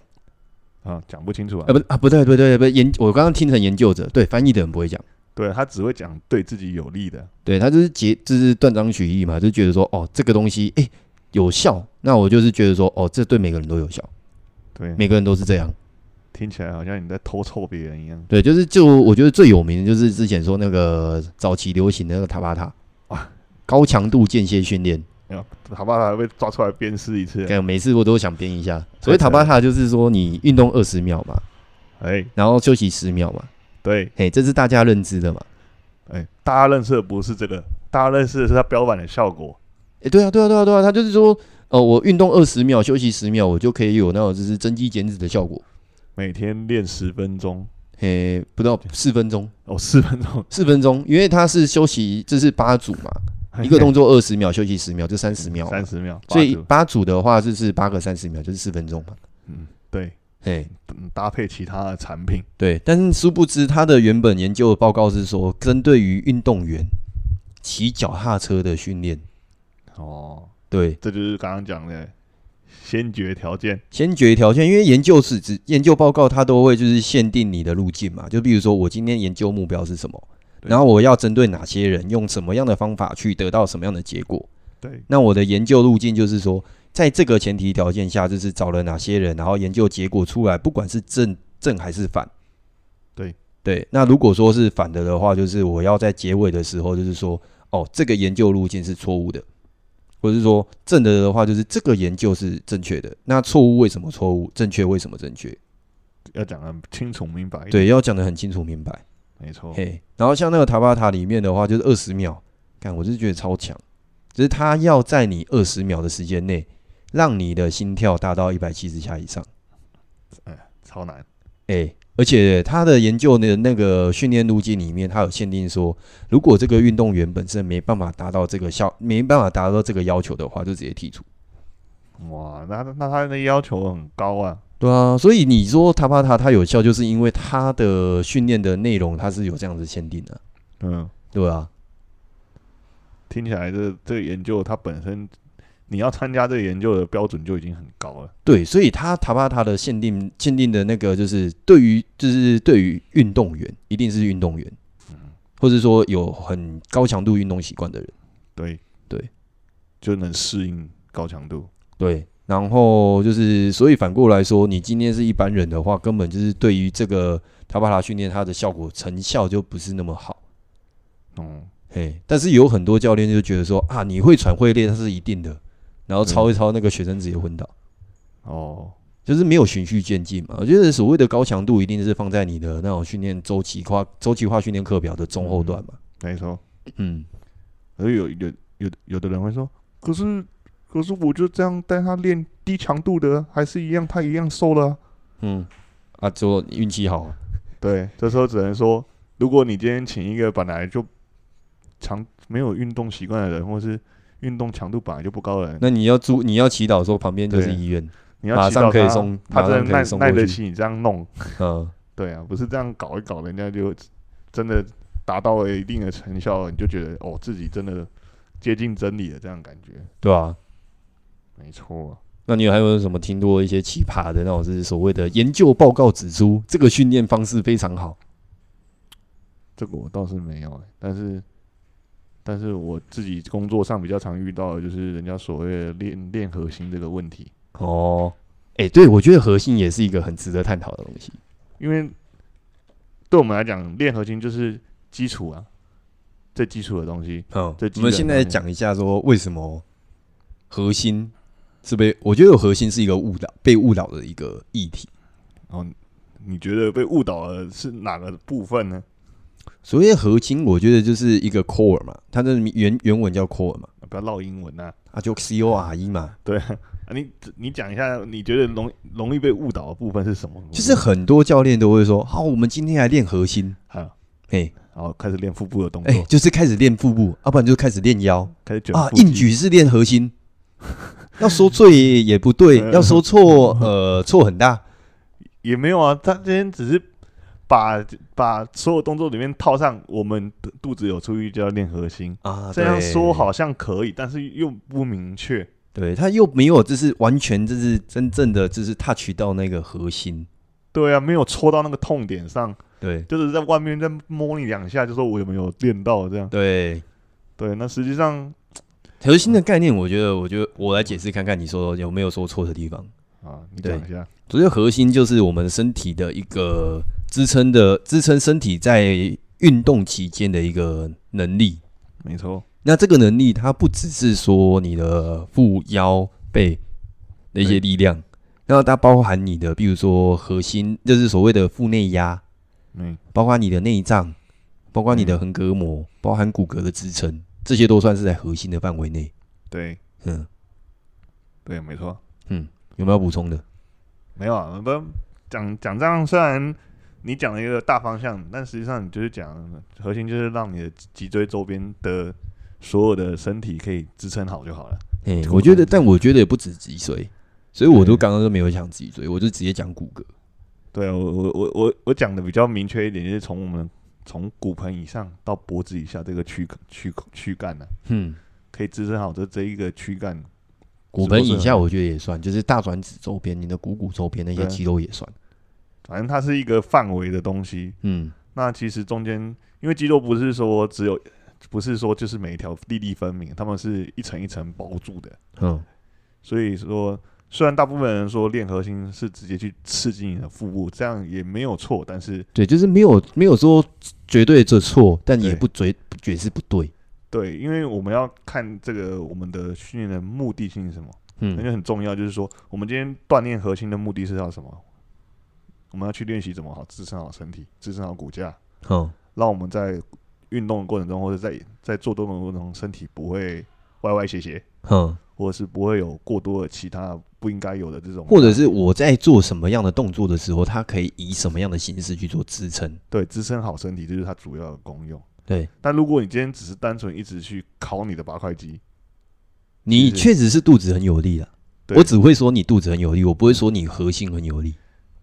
[SPEAKER 1] 啊，讲不清楚啊。
[SPEAKER 2] 啊，不啊，不对，不对，不对，研，我刚刚听成研究者，对，翻译的人不会讲，
[SPEAKER 1] 对他只会讲对自己有利的，
[SPEAKER 2] 对他就是结，就是断章取义嘛，就觉得说，哦，这个东西，诶，有效，那我就是觉得说，哦，这对每个人都有效，
[SPEAKER 1] 对，
[SPEAKER 2] 每个人都是这样。
[SPEAKER 1] 听起来好像你在偷臭别人一样
[SPEAKER 2] 对，就是就我觉得最有名的就是之前说那个早期流行的那个塔巴塔
[SPEAKER 1] 啊
[SPEAKER 2] 高强度间歇训练，
[SPEAKER 1] 啊，好吧，还被抓出来鞭尸一次。
[SPEAKER 2] 哎，每次我都想编一下。所谓塔巴
[SPEAKER 1] 真
[SPEAKER 2] 塔就是说你运动二十秒嘛，
[SPEAKER 1] 哎，
[SPEAKER 2] 然后休息十秒嘛，
[SPEAKER 1] 对，
[SPEAKER 2] 嘿，这是大家认知的嘛。
[SPEAKER 1] 哎，大家认识的不是这个，大家认识的是它标版的效果。
[SPEAKER 2] 哎，对啊，对啊，对啊，对啊，他就是说，呃，我运动二十秒，休息十秒，我就可以有那种就是增肌减脂的效果。
[SPEAKER 1] 每天练十分钟，
[SPEAKER 2] 嘿，不到四分钟，
[SPEAKER 1] 哦，四分 钟，
[SPEAKER 2] 四分钟，因为它是休息，这是八组嘛，一个动作二十秒，休息十秒，就三十秒嘛。
[SPEAKER 1] 哎 三十秒，
[SPEAKER 2] 所以
[SPEAKER 1] 八组
[SPEAKER 2] 八组的话就是八个三十秒，就是四分钟嘛。
[SPEAKER 1] 嗯，对，
[SPEAKER 2] 嘿，
[SPEAKER 1] 嗯搭配其他的产品，
[SPEAKER 2] 哎对，但是殊不知他的原本研究报告是说，针对于运动员骑脚踏车的训练，
[SPEAKER 1] 哦，
[SPEAKER 2] 对
[SPEAKER 1] 这就是刚刚讲的先决条件，
[SPEAKER 2] 先决条件，因为研究是指研究报告它都会就是限定你的路径嘛，就比如说我今天研究目标是什么，
[SPEAKER 1] 对
[SPEAKER 2] 然后我要针对哪些人，用什么样的方法去得到什么样的结果。
[SPEAKER 1] 对，
[SPEAKER 2] 那我的研究路径就是说，在这个前提条件下，就是找了哪些人，然后研究结果出来，不管是正正还是反。
[SPEAKER 1] 对
[SPEAKER 2] 对，那如果说是反的的话，就是我要在结尾的时候，就是说，哦，这个研究路径是错误的，或者是说正的的话，就是这个研究是正确的。那错误为什么错误？正确为什么正确？
[SPEAKER 1] 要讲的清楚明白一点，
[SPEAKER 2] 对，要讲得很清楚明白。
[SPEAKER 1] 没错，
[SPEAKER 2] 嘿，然后像那个塔巴塔里面的话，就是二十秒，看我是觉得超强，只是他要在你二十秒的时间内，让你的心跳达到一百七十下以上。
[SPEAKER 1] 超难，
[SPEAKER 2] 哎，而且他的研究的那个训练路径里面，他有限定说，如果这个运动员本身没办法达到这个效，没办法达到这个要求的话，就直接剔除。
[SPEAKER 1] 哇，那那他的要求很高啊，
[SPEAKER 2] 对啊，所以你说塔巴塔它有效，就是因为它的训练的内容它是有这样子限定的、
[SPEAKER 1] 嗯，
[SPEAKER 2] 对啊，
[SPEAKER 1] 听起来这这个研究它本身，你要参加这个研究的标准就已经很高了，
[SPEAKER 2] 对，所以他塔巴塔的限定限定的那个就是对于就是对于运动员，一定是运动员，或者说有很高强度运动习惯的人。
[SPEAKER 1] 对，
[SPEAKER 2] 对，
[SPEAKER 1] 就能适应高强度，
[SPEAKER 2] 对，然后就是所以反过来说，你今天是一般人的话，根本就是对于这个塔巴塔训练，它的效果成效就不是那么好。
[SPEAKER 1] 嗯，
[SPEAKER 2] 嘿，但是有很多教练就觉得说啊，你会喘会练，它是一定的，然后抄一抄那个学生直接昏倒。
[SPEAKER 1] 哦，
[SPEAKER 2] 就是没有循序渐进嘛。我觉得所谓的高强度，一定是放在你的那种训练周期化、周期化训练课表的中后段嘛。
[SPEAKER 1] 没错。
[SPEAKER 2] 嗯，
[SPEAKER 1] 而有有有有的人会说，可是可是我就这样带他练低强度的，还是一样，他一样瘦了啊、
[SPEAKER 2] 嗯，啊，只有运气好啊、
[SPEAKER 1] 对，这时候只能说，如果你今天请一个本来就强没有运动习惯的人，或是运动强度本来就不高的人，
[SPEAKER 2] 那你要住，你要祈祷说旁边就是
[SPEAKER 1] 对
[SPEAKER 2] 医院，
[SPEAKER 1] 你要
[SPEAKER 2] 马
[SPEAKER 1] 祈
[SPEAKER 2] 上
[SPEAKER 1] 祷
[SPEAKER 2] 可以
[SPEAKER 1] 他
[SPEAKER 2] 送
[SPEAKER 1] 他
[SPEAKER 2] 马上
[SPEAKER 1] 真
[SPEAKER 2] 可以
[SPEAKER 1] 的耐
[SPEAKER 2] 送
[SPEAKER 1] 耐
[SPEAKER 2] 过
[SPEAKER 1] 得
[SPEAKER 2] 去
[SPEAKER 1] 起你这样弄，
[SPEAKER 2] 嗯，
[SPEAKER 1] 对啊，不是这样搞一搞，人家就真的达到了一定的成效了，你就觉得哦，自己真的接近真理了，这样感觉，
[SPEAKER 2] 对吧？
[SPEAKER 1] 没错。啊
[SPEAKER 2] 那你有还有什么听过一些奇葩的那种，就是所谓的研究报告指出这个训练方式非常好？
[SPEAKER 1] 这个我倒是没有、欸，但是，但是我自己工作上比较常遇到的就是人家所谓的练练核心这个问题，
[SPEAKER 2] 哦，哎、对我觉得核心也是一个很值得探讨的东西。
[SPEAKER 1] 因为对我们来讲，练核心就是基础啊，最基础的东西。
[SPEAKER 2] 嗯
[SPEAKER 1] 最基
[SPEAKER 2] 我
[SPEAKER 1] 本的
[SPEAKER 2] 们现在讲一下说为什么核心是被我觉得核心是一个误导被误导的一个议题。
[SPEAKER 1] 然后哦你觉得被误导的是哪个部分呢？
[SPEAKER 2] 所谓核心，我觉得就是一个 core 嘛，它的原原文叫 core 嘛，
[SPEAKER 1] 啊不要唠英文啊！
[SPEAKER 2] 啊就 C O R E 嘛，
[SPEAKER 1] 对啊，啊你你讲一下，你觉得容容易被误导的部分是什么？
[SPEAKER 2] 就是很多教练都会说，好，我们今天来练核心，
[SPEAKER 1] 啊，
[SPEAKER 2] 哎
[SPEAKER 1] 然后开始练腹部的动作，
[SPEAKER 2] 哎，就是开始练腹部，啊要不然就开始练腰
[SPEAKER 1] 开始卷
[SPEAKER 2] 啊
[SPEAKER 1] 腹，肌
[SPEAKER 2] 硬举是练核心， 要说对也 不对，要说错呃错很大，
[SPEAKER 1] 也没有啊，他今天只是把把所有动作里面套上我们的肚子有出力就要练核心，
[SPEAKER 2] 啊，
[SPEAKER 1] 这样
[SPEAKER 2] 对
[SPEAKER 1] 说，好像可以，但是又不明确。
[SPEAKER 2] 对他又没有，就是完全就是真正的就是 touch 到那个核心，
[SPEAKER 1] 对啊，没有戳到那个痛点上，
[SPEAKER 2] 对
[SPEAKER 1] 就是在外面再摸你两下，就说我有没有练到这样。
[SPEAKER 2] 对，
[SPEAKER 1] 对，那实际上
[SPEAKER 2] 核心的概念，我觉得，我觉得我来解释看看，你说有没有说错的地方。
[SPEAKER 1] 啊，你
[SPEAKER 2] 对
[SPEAKER 1] 讲一下，
[SPEAKER 2] 所谓核心就是我们身体的一个支撑的支撑身体在运动期间的一个能力。
[SPEAKER 1] 没错，
[SPEAKER 2] 那这个能力，它不只是说你的腹腰背的一些力量，然后它包含你的，比如说核心，就是所谓的腹内压，
[SPEAKER 1] 嗯，
[SPEAKER 2] 包括你的内脏，包括你的
[SPEAKER 1] 嗯
[SPEAKER 2] 横膈膜，包含骨骼的支撑，这些都算是在核心的范围内。
[SPEAKER 1] 对
[SPEAKER 2] 嗯，
[SPEAKER 1] 对，没错，
[SPEAKER 2] 有没有要补充的？
[SPEAKER 1] 没有啊，不讲讲这样，虽然你讲了一个大方向，但实际上你就是讲核心就是让你的脊椎周边的所有的身体可以支撑好就好了。
[SPEAKER 2] 哎、
[SPEAKER 1] 这个
[SPEAKER 2] 我觉得，
[SPEAKER 1] 蛮
[SPEAKER 2] 但我觉得也不止脊椎，所以我都
[SPEAKER 1] 对
[SPEAKER 2] 刚刚都没有讲脊椎，我就直接讲骨骼。
[SPEAKER 1] 对啊我我我我我讲的比较明确一点，就是从我们从骨盆以上到脖子以下这个躯躯躯干呢、
[SPEAKER 2] 嗯，
[SPEAKER 1] 可以支撑好这这一个躯干。
[SPEAKER 2] 骨盆以
[SPEAKER 1] 是
[SPEAKER 2] 下我觉得也算，就是大转子周边、你的股骨周边那些
[SPEAKER 1] 对
[SPEAKER 2] 肌肉也算。
[SPEAKER 1] 反正它是一个范围的东西。
[SPEAKER 2] 嗯，
[SPEAKER 1] 那其实中间，因为肌肉不是说只有，不是说就是每一条粒粒分明，它们是一层一层包住的。
[SPEAKER 2] 嗯，
[SPEAKER 1] 所以说，虽然大部分人说练核心是直接去刺激你的腹部，这样也没有错，但是
[SPEAKER 2] 对，就是没有没有说绝对的错，但也
[SPEAKER 1] 对
[SPEAKER 2] 不绝不绝是不对。
[SPEAKER 1] 对，因为我们要看这个我们的训练的目的性是什么，那
[SPEAKER 2] 嗯，
[SPEAKER 1] 就很重要。就是说，我们今天锻炼核心的目的是要什么？我们要去练习怎么好支撑好身体，支撑好骨架，
[SPEAKER 2] 好、
[SPEAKER 1] 让我们在运动的过程中，或者在在做动作的过程中，身体不会歪歪斜斜，
[SPEAKER 2] 嗯，
[SPEAKER 1] 或者是不会有过多的其他不应该有的这种，
[SPEAKER 2] 或者是我在做什么样的动作的时候，它可以以什么样的形式去做支撑？
[SPEAKER 1] 对支撑好身体，这是它主要的功用。
[SPEAKER 2] 对
[SPEAKER 1] 但如果你今天只是单纯一直去烤你的八块肌，
[SPEAKER 2] 你
[SPEAKER 1] 就是
[SPEAKER 2] 确实是肚子很有力了，
[SPEAKER 1] 对
[SPEAKER 2] 我只会说你肚子很有力，我不会说你核心很有力。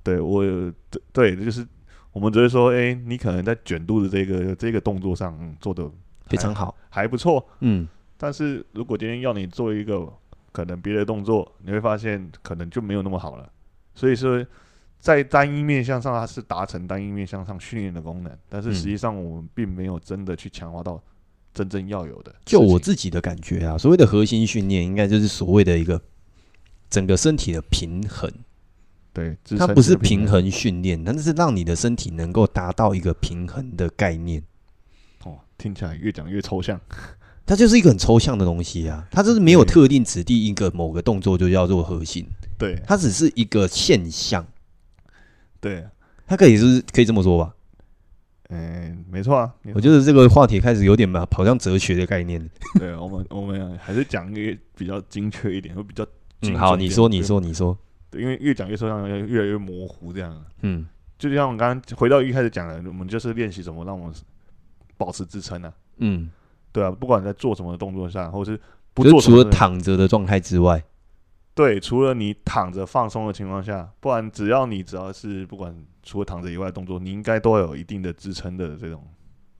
[SPEAKER 1] 对我对对，就是我们只会说，哎、你可能在卷肚子这个这个动作上、嗯做的
[SPEAKER 2] 非常好，
[SPEAKER 1] 还不错，
[SPEAKER 2] 嗯，
[SPEAKER 1] 但是如果今天要你做一个可能别的动作，你会发现可能就没有那么好了。所以说，在单一面向上，它是达成单一面向上训练的功能，但
[SPEAKER 2] 嗯
[SPEAKER 1] 是实际上我们并没有真的去强化到真正要有的事情。
[SPEAKER 2] 就我自己的感觉啊，所谓的核心训练，应该就是所谓的一个整个身体的平衡。
[SPEAKER 1] 对，支
[SPEAKER 2] 它
[SPEAKER 1] 撑
[SPEAKER 2] 不
[SPEAKER 1] 这
[SPEAKER 2] 是
[SPEAKER 1] 个平
[SPEAKER 2] 平衡训练，它是让你的身体能够达到一个平衡的概念。
[SPEAKER 1] 衡哦，听起来越讲越抽象。
[SPEAKER 2] 它就是一个很抽象的东西啊，它就是没有
[SPEAKER 1] 对
[SPEAKER 2] 特定指定一个某个动作就叫做核心，
[SPEAKER 1] 对
[SPEAKER 2] 它只是一个现象。
[SPEAKER 1] 对，
[SPEAKER 2] 它可以是可以这么说吧？
[SPEAKER 1] 嗯，没错啊。你
[SPEAKER 2] 我觉得这个话题开始有点嘛，跑向哲学的概念。
[SPEAKER 1] 对我们我们还是讲一个比较精确一点，会比较精
[SPEAKER 2] 嗯，好，
[SPEAKER 1] 准一
[SPEAKER 2] 你
[SPEAKER 1] 点
[SPEAKER 2] 说，你，说，你说，
[SPEAKER 1] 对对因为越讲越抽象，越来越模糊这样。啊
[SPEAKER 2] 嗯，
[SPEAKER 1] 就像我刚刚回到一开始讲的，我们就是练习怎么让我们保持支撑啊。
[SPEAKER 2] 嗯，
[SPEAKER 1] 对啊，不管你在做什么动作上，或是不
[SPEAKER 2] 就
[SPEAKER 1] 做
[SPEAKER 2] 是
[SPEAKER 1] 什
[SPEAKER 2] 除
[SPEAKER 1] 么
[SPEAKER 2] 了
[SPEAKER 1] 的
[SPEAKER 2] 躺着的状态之外，
[SPEAKER 1] 对，除了你躺着放松的情况下，不然只要你只要是不管除了躺着以外的动作，你应该都要有一定的支撑的这种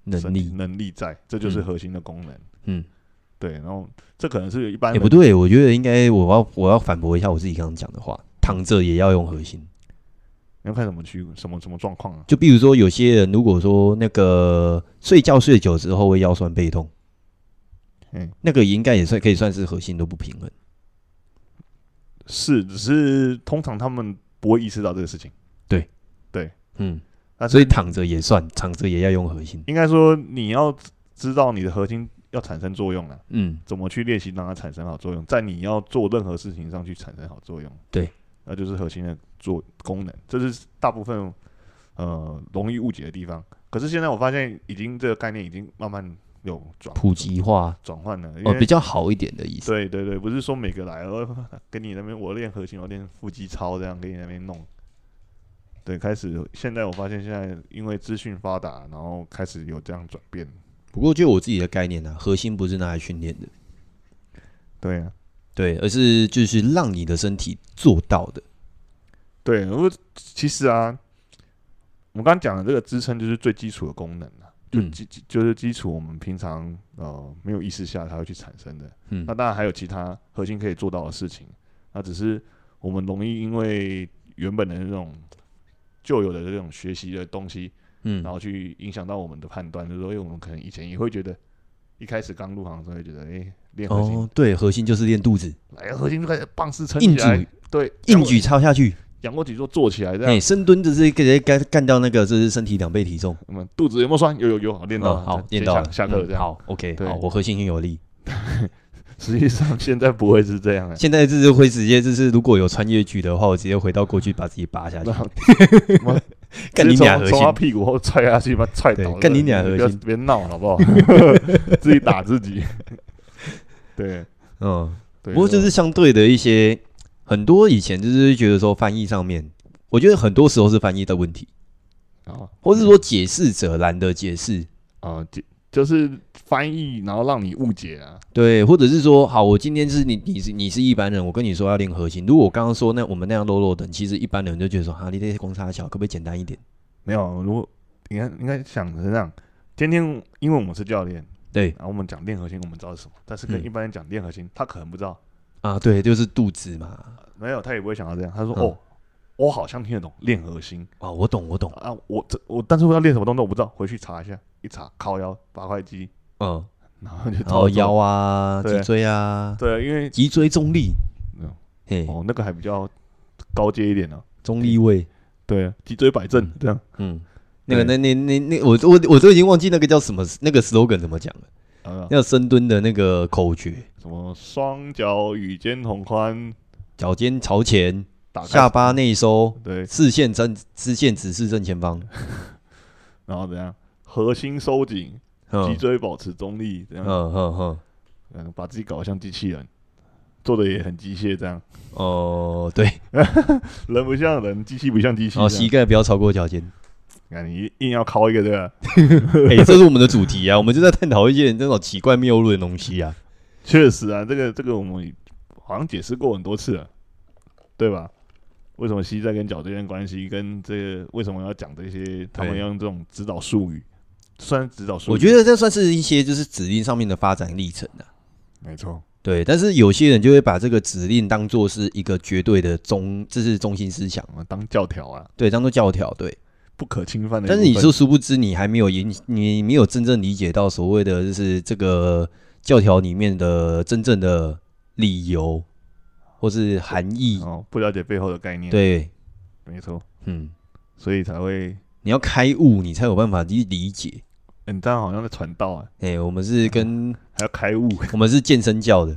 [SPEAKER 2] 能
[SPEAKER 1] 身体
[SPEAKER 2] 力，
[SPEAKER 1] 能力在，这就是
[SPEAKER 2] 嗯
[SPEAKER 1] 核心的功能。
[SPEAKER 2] 嗯，
[SPEAKER 1] 对，然后这可能是一般
[SPEAKER 2] 也、
[SPEAKER 1] 人
[SPEAKER 2] 不对，我觉得应该我要我要反驳一下我自己刚刚讲的话，躺着也要用核心。
[SPEAKER 1] 你要看什么区什么什么状况啊？
[SPEAKER 2] 就比如说有些人如果说那个睡觉睡久之后会腰酸背痛，
[SPEAKER 1] 嗯，
[SPEAKER 2] 那个应该也算可以算是核心都不平衡。
[SPEAKER 1] 是，只是通常他们不会意识到这个事情。
[SPEAKER 2] 嗯，
[SPEAKER 1] 那
[SPEAKER 2] 所以躺着也算，躺着也要用核心。
[SPEAKER 1] 应该说你要知道你的核心要产生作用了、
[SPEAKER 2] 嗯，
[SPEAKER 1] 怎么去练习让它产生好作用，在你要做任何事情上去产生好作用。
[SPEAKER 2] 对，
[SPEAKER 1] 那就是核心的做功能，这是大部分呃容易误解的地方。可是现在我发现，已经这个概念已经慢慢有转
[SPEAKER 2] 普及化
[SPEAKER 1] 转换了，因
[SPEAKER 2] 哦，比
[SPEAKER 1] 为
[SPEAKER 2] 较好一点的意思。
[SPEAKER 1] 对对对，不是说每个来哦， 跟你那边我练核心，我练腹肌操这样，给你那边弄。对，开始现在我发现现在因为资讯发达，然后开始有这样转变。
[SPEAKER 2] 不过就我自己的概念啊，核心不是拿来训练的，
[SPEAKER 1] 对啊，
[SPEAKER 2] 对，而是就是让你的身体做到的。
[SPEAKER 1] 对，我其实啊，我们刚刚讲的这个支撑就是最基础的功能啊，就
[SPEAKER 2] 嗯
[SPEAKER 1] 基、基就是基础我们平常呃没有意识下它会去产生的。
[SPEAKER 2] 嗯
[SPEAKER 1] 那当然还有其他核心可以做到的事情，那只是我们容易因为原本的这种旧有的这种学习的东西，
[SPEAKER 2] 嗯
[SPEAKER 1] 然后去影响到我们的判断，就是说，因为我们可能以前也会觉得，一开始刚入行的时候会觉得，哎、练核心，
[SPEAKER 2] 哦，对，核心就是练肚子，
[SPEAKER 1] 哎，核心就开始棒式撑
[SPEAKER 2] 硬
[SPEAKER 1] 起
[SPEAKER 2] 举
[SPEAKER 1] 来，对，
[SPEAKER 2] 硬举超下去，
[SPEAKER 1] 仰卧起坐做起来这样
[SPEAKER 2] 哎、。深蹲这是直接干干掉那个，这是身体两倍体重。
[SPEAKER 1] 那么肚子有没有酸？有有有，好练到
[SPEAKER 2] 哦
[SPEAKER 1] 了、
[SPEAKER 2] 好
[SPEAKER 1] 先，
[SPEAKER 2] 练到了
[SPEAKER 1] 下下课
[SPEAKER 2] 嗯
[SPEAKER 1] 这样。
[SPEAKER 2] 好，OK，
[SPEAKER 1] 对
[SPEAKER 2] 好，我核心很有力。
[SPEAKER 1] 实际上现在不会是这 样的、啊
[SPEAKER 2] 现在就是会直接就是，如果有穿越剧的话，我直接回到过去把自己拔下去
[SPEAKER 1] 然，后
[SPEAKER 2] 干你
[SPEAKER 1] 直接
[SPEAKER 2] 俩
[SPEAKER 1] 从
[SPEAKER 2] 核
[SPEAKER 1] 从
[SPEAKER 2] 心
[SPEAKER 1] 他。屁股后踹下去，把他踹倒
[SPEAKER 2] 对
[SPEAKER 1] 了。
[SPEAKER 2] 干你娘
[SPEAKER 1] 不
[SPEAKER 2] 核
[SPEAKER 1] 要
[SPEAKER 2] 心
[SPEAKER 1] 别闹了好不 好？自己打自己。对
[SPEAKER 2] 嗯，
[SPEAKER 1] 对。
[SPEAKER 2] 不过就是相对的一些很多以前就是觉得说翻译上面，我觉得很多时候是翻译的问题，
[SPEAKER 1] 啊
[SPEAKER 2] 或是说解释者懒得解释，
[SPEAKER 1] 啊，就就是翻译，然后让你误解啊。
[SPEAKER 2] 对，或者是说，好，我今天是你，你是你是一般人，我跟你说要练核心。如果我刚刚说那我们那样肉肉的，其实一般人就觉得说，哈、啊，你这些公差小，可不可以简单一点？
[SPEAKER 1] 没有，如果你看应该想的是这样，今天因为我们是教练，
[SPEAKER 2] 对
[SPEAKER 1] 然后我们讲练核心，我们知道是什么，但是跟
[SPEAKER 2] 嗯
[SPEAKER 1] 一般人讲练核心，他可能不知道。
[SPEAKER 2] 啊，对，就是肚子嘛。
[SPEAKER 1] 没有，他也不会想到这样。他说：“
[SPEAKER 2] 嗯
[SPEAKER 1] 哦，我好像听得懂练核心
[SPEAKER 2] 哦，我懂，我懂。
[SPEAKER 1] 啊，我这我，但是我要练什么动作我不知道，回去查一下，一查靠腰八块肌，
[SPEAKER 2] 嗯，
[SPEAKER 1] 然后就
[SPEAKER 2] 然
[SPEAKER 1] 照做
[SPEAKER 2] 后腰。啊，
[SPEAKER 1] 对
[SPEAKER 2] 脊椎啊，
[SPEAKER 1] 对，因为
[SPEAKER 2] 脊椎中立
[SPEAKER 1] 嗯，
[SPEAKER 2] 嘿，
[SPEAKER 1] 哦那个还比较高阶一点呢、啊
[SPEAKER 2] 中立位，啊
[SPEAKER 1] 对，啊脊椎摆正这样。
[SPEAKER 2] 嗯，那个那那那那，我我我都已经忘记那个叫什么那个 slogan 怎么讲了，
[SPEAKER 1] 啊，
[SPEAKER 2] 那个深蹲的那个口诀，
[SPEAKER 1] 什么双脚与肩同宽，
[SPEAKER 2] 脚尖朝前，
[SPEAKER 1] 打开
[SPEAKER 2] 下巴内收，
[SPEAKER 1] 对，
[SPEAKER 2] 视线正视线指示正前方，
[SPEAKER 1] 然后怎样？核心收紧，脊
[SPEAKER 2] 嗯
[SPEAKER 1] 椎啊保持中立，这样，
[SPEAKER 2] 嗯嗯嗯。
[SPEAKER 1] 嗯，把自己搞得像机器人，做的也很机械，这样，
[SPEAKER 2] 哦，对，
[SPEAKER 1] 人不像人，机器不像机器
[SPEAKER 2] 然后
[SPEAKER 1] 这
[SPEAKER 2] 膝
[SPEAKER 1] 样。
[SPEAKER 2] 盖不要超过脚尖。
[SPEAKER 1] 看你硬要敲一个这个，
[SPEAKER 2] 哎、这是我们的主题啊，我们就在探讨一些那种奇怪谬论的东西啊。
[SPEAKER 1] 确实啊，这个这个我们好像解释过很多次了，对吧？为什么膝盖跟脚之间的关系，跟这个为什么要讲这些？他们要用这种指导术语，虽然指导术语，
[SPEAKER 2] 我觉得这算是一些就是指令上面的发展历程啊。
[SPEAKER 1] 没错，
[SPEAKER 2] 对，但是有些人就会把这个指令当做是一个绝对的中，这是中心思想，
[SPEAKER 1] 我们当教条啊，
[SPEAKER 2] 对，当做教条，对。
[SPEAKER 1] 不可侵犯的一部
[SPEAKER 2] 但
[SPEAKER 1] 分。
[SPEAKER 2] 是你说殊不知，你还没有引，你没有真正理解到所谓的就是这个教条里面的真正的理由或是含义。
[SPEAKER 1] 哦，不了解背后的概念，，
[SPEAKER 2] 对，
[SPEAKER 1] 没错，
[SPEAKER 2] 嗯，
[SPEAKER 1] 所以才会，
[SPEAKER 2] 你要开悟，你才有办法去理解。
[SPEAKER 1] 嗯，这样好像在传道啊，
[SPEAKER 2] 哎、我们是跟
[SPEAKER 1] 还要开悟，
[SPEAKER 2] 我们是健身教的，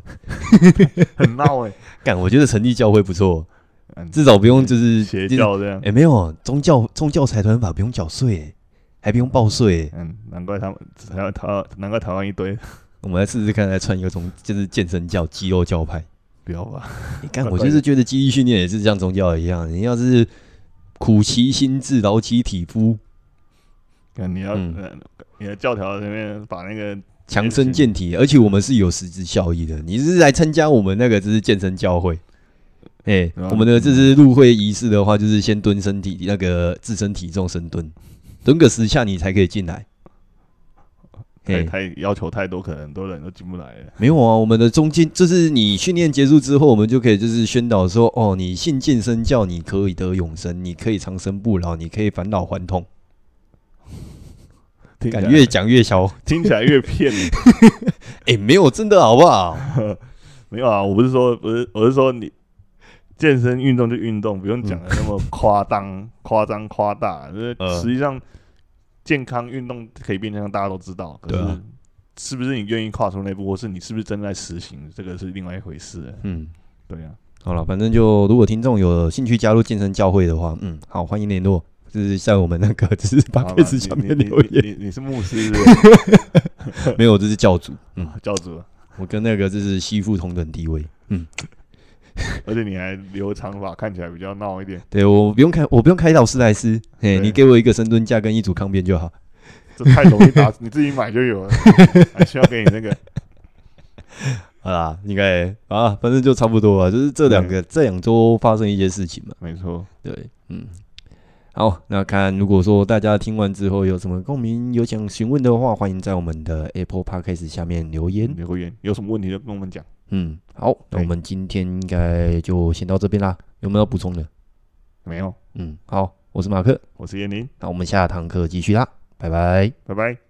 [SPEAKER 1] 很闹哎、
[SPEAKER 2] 干，我觉得成立教会不错，
[SPEAKER 1] 嗯，
[SPEAKER 2] 至少不用就是
[SPEAKER 1] 邪。教这样
[SPEAKER 2] 哎、，没有宗教宗教财团法不用缴税、哎，还不用报税、哎
[SPEAKER 1] 嗯，难怪他们台湾台难怪台湾一堆，
[SPEAKER 2] 我们来试试看，来穿一个宗就是健身教肌肉教派。
[SPEAKER 1] 不要吧，
[SPEAKER 2] 你、哎干，
[SPEAKER 1] 怪
[SPEAKER 2] 我
[SPEAKER 1] 怪
[SPEAKER 2] 就是觉得记忆训练也是像宗教一样，你要是苦其心志，劳其体肤，
[SPEAKER 1] 看你要、
[SPEAKER 2] 嗯
[SPEAKER 1] 呃你的教条那边把那个
[SPEAKER 2] 强身健体，而且我们是有实质效益的。你是来参加我们那个就是健身教会，哎、
[SPEAKER 1] 啊
[SPEAKER 2] 我们的这支入会仪式的话，就是先蹲身体那个自身体重深蹲，蹲个十下你才可以进来。
[SPEAKER 1] 太
[SPEAKER 2] 哎，
[SPEAKER 1] 太要求太多，可能很多人都进不来了。
[SPEAKER 2] 没有啊，我们的中间就是你训练结束之后，我们就可以就是宣导说，哦，你信健身教，你可以得永生，你可以长生不老，你可以返老还童。
[SPEAKER 1] 听起
[SPEAKER 2] 敢
[SPEAKER 1] 来
[SPEAKER 2] 越讲越小，
[SPEAKER 1] 听起来越骗你。
[SPEAKER 2] 哎、没有真的好不好？
[SPEAKER 1] 没有啊，我不是说不是，我是说你健身运动就运动，不用讲的那么夸张、夸张、夸大。就是
[SPEAKER 2] 呃
[SPEAKER 1] 实际上，健康运动可以变成大家都知道，可
[SPEAKER 2] 对啊
[SPEAKER 1] 是是不是你愿意跨出那一步，或是你是不是真的在实行，这个是另外一回事了。
[SPEAKER 2] 嗯。
[SPEAKER 1] 对啊，
[SPEAKER 2] 好了，反正就如果听众有兴趣加入健身教会的话，嗯，好，欢迎联络，就是在我们那个 只是八
[SPEAKER 1] 好啦
[SPEAKER 2] 配置下面
[SPEAKER 1] 你
[SPEAKER 2] 留
[SPEAKER 1] 你
[SPEAKER 2] 言，
[SPEAKER 1] 你你你是牧师是不是
[SPEAKER 2] 没有，这是教主，嗯，
[SPEAKER 1] 教主，
[SPEAKER 2] 我跟那个就是吸附同等地位，
[SPEAKER 1] 而且你还留长发，看起来比较闹一点，
[SPEAKER 2] 对我不用开，我不用开劳斯莱斯，嘿，
[SPEAKER 1] 对
[SPEAKER 2] 你给我一个深蹲架跟一组抗鞭就好，
[SPEAKER 1] 这太容易打，你自己买就有了，还需要给你那个
[SPEAKER 2] 好啦，应该啊，反正就差不多啊，就是这两个这两周发生一些事情嘛，
[SPEAKER 1] 没错，
[SPEAKER 2] 对，嗯，好，那看如果说大家听完之后有什么共鸣，有想询问的话，欢迎在我们的 Apple Podcast 下面留言。
[SPEAKER 1] 留言有什么问题就跟我们讲。
[SPEAKER 2] 嗯，好，那我
[SPEAKER 1] 对
[SPEAKER 2] 们今天应该就先到这边啦，有没有要补充的？
[SPEAKER 1] 没有，
[SPEAKER 2] 嗯，好，我是马克，
[SPEAKER 1] 我是燕宁，
[SPEAKER 2] 那我们下堂课继续啦，拜拜。
[SPEAKER 1] 拜拜。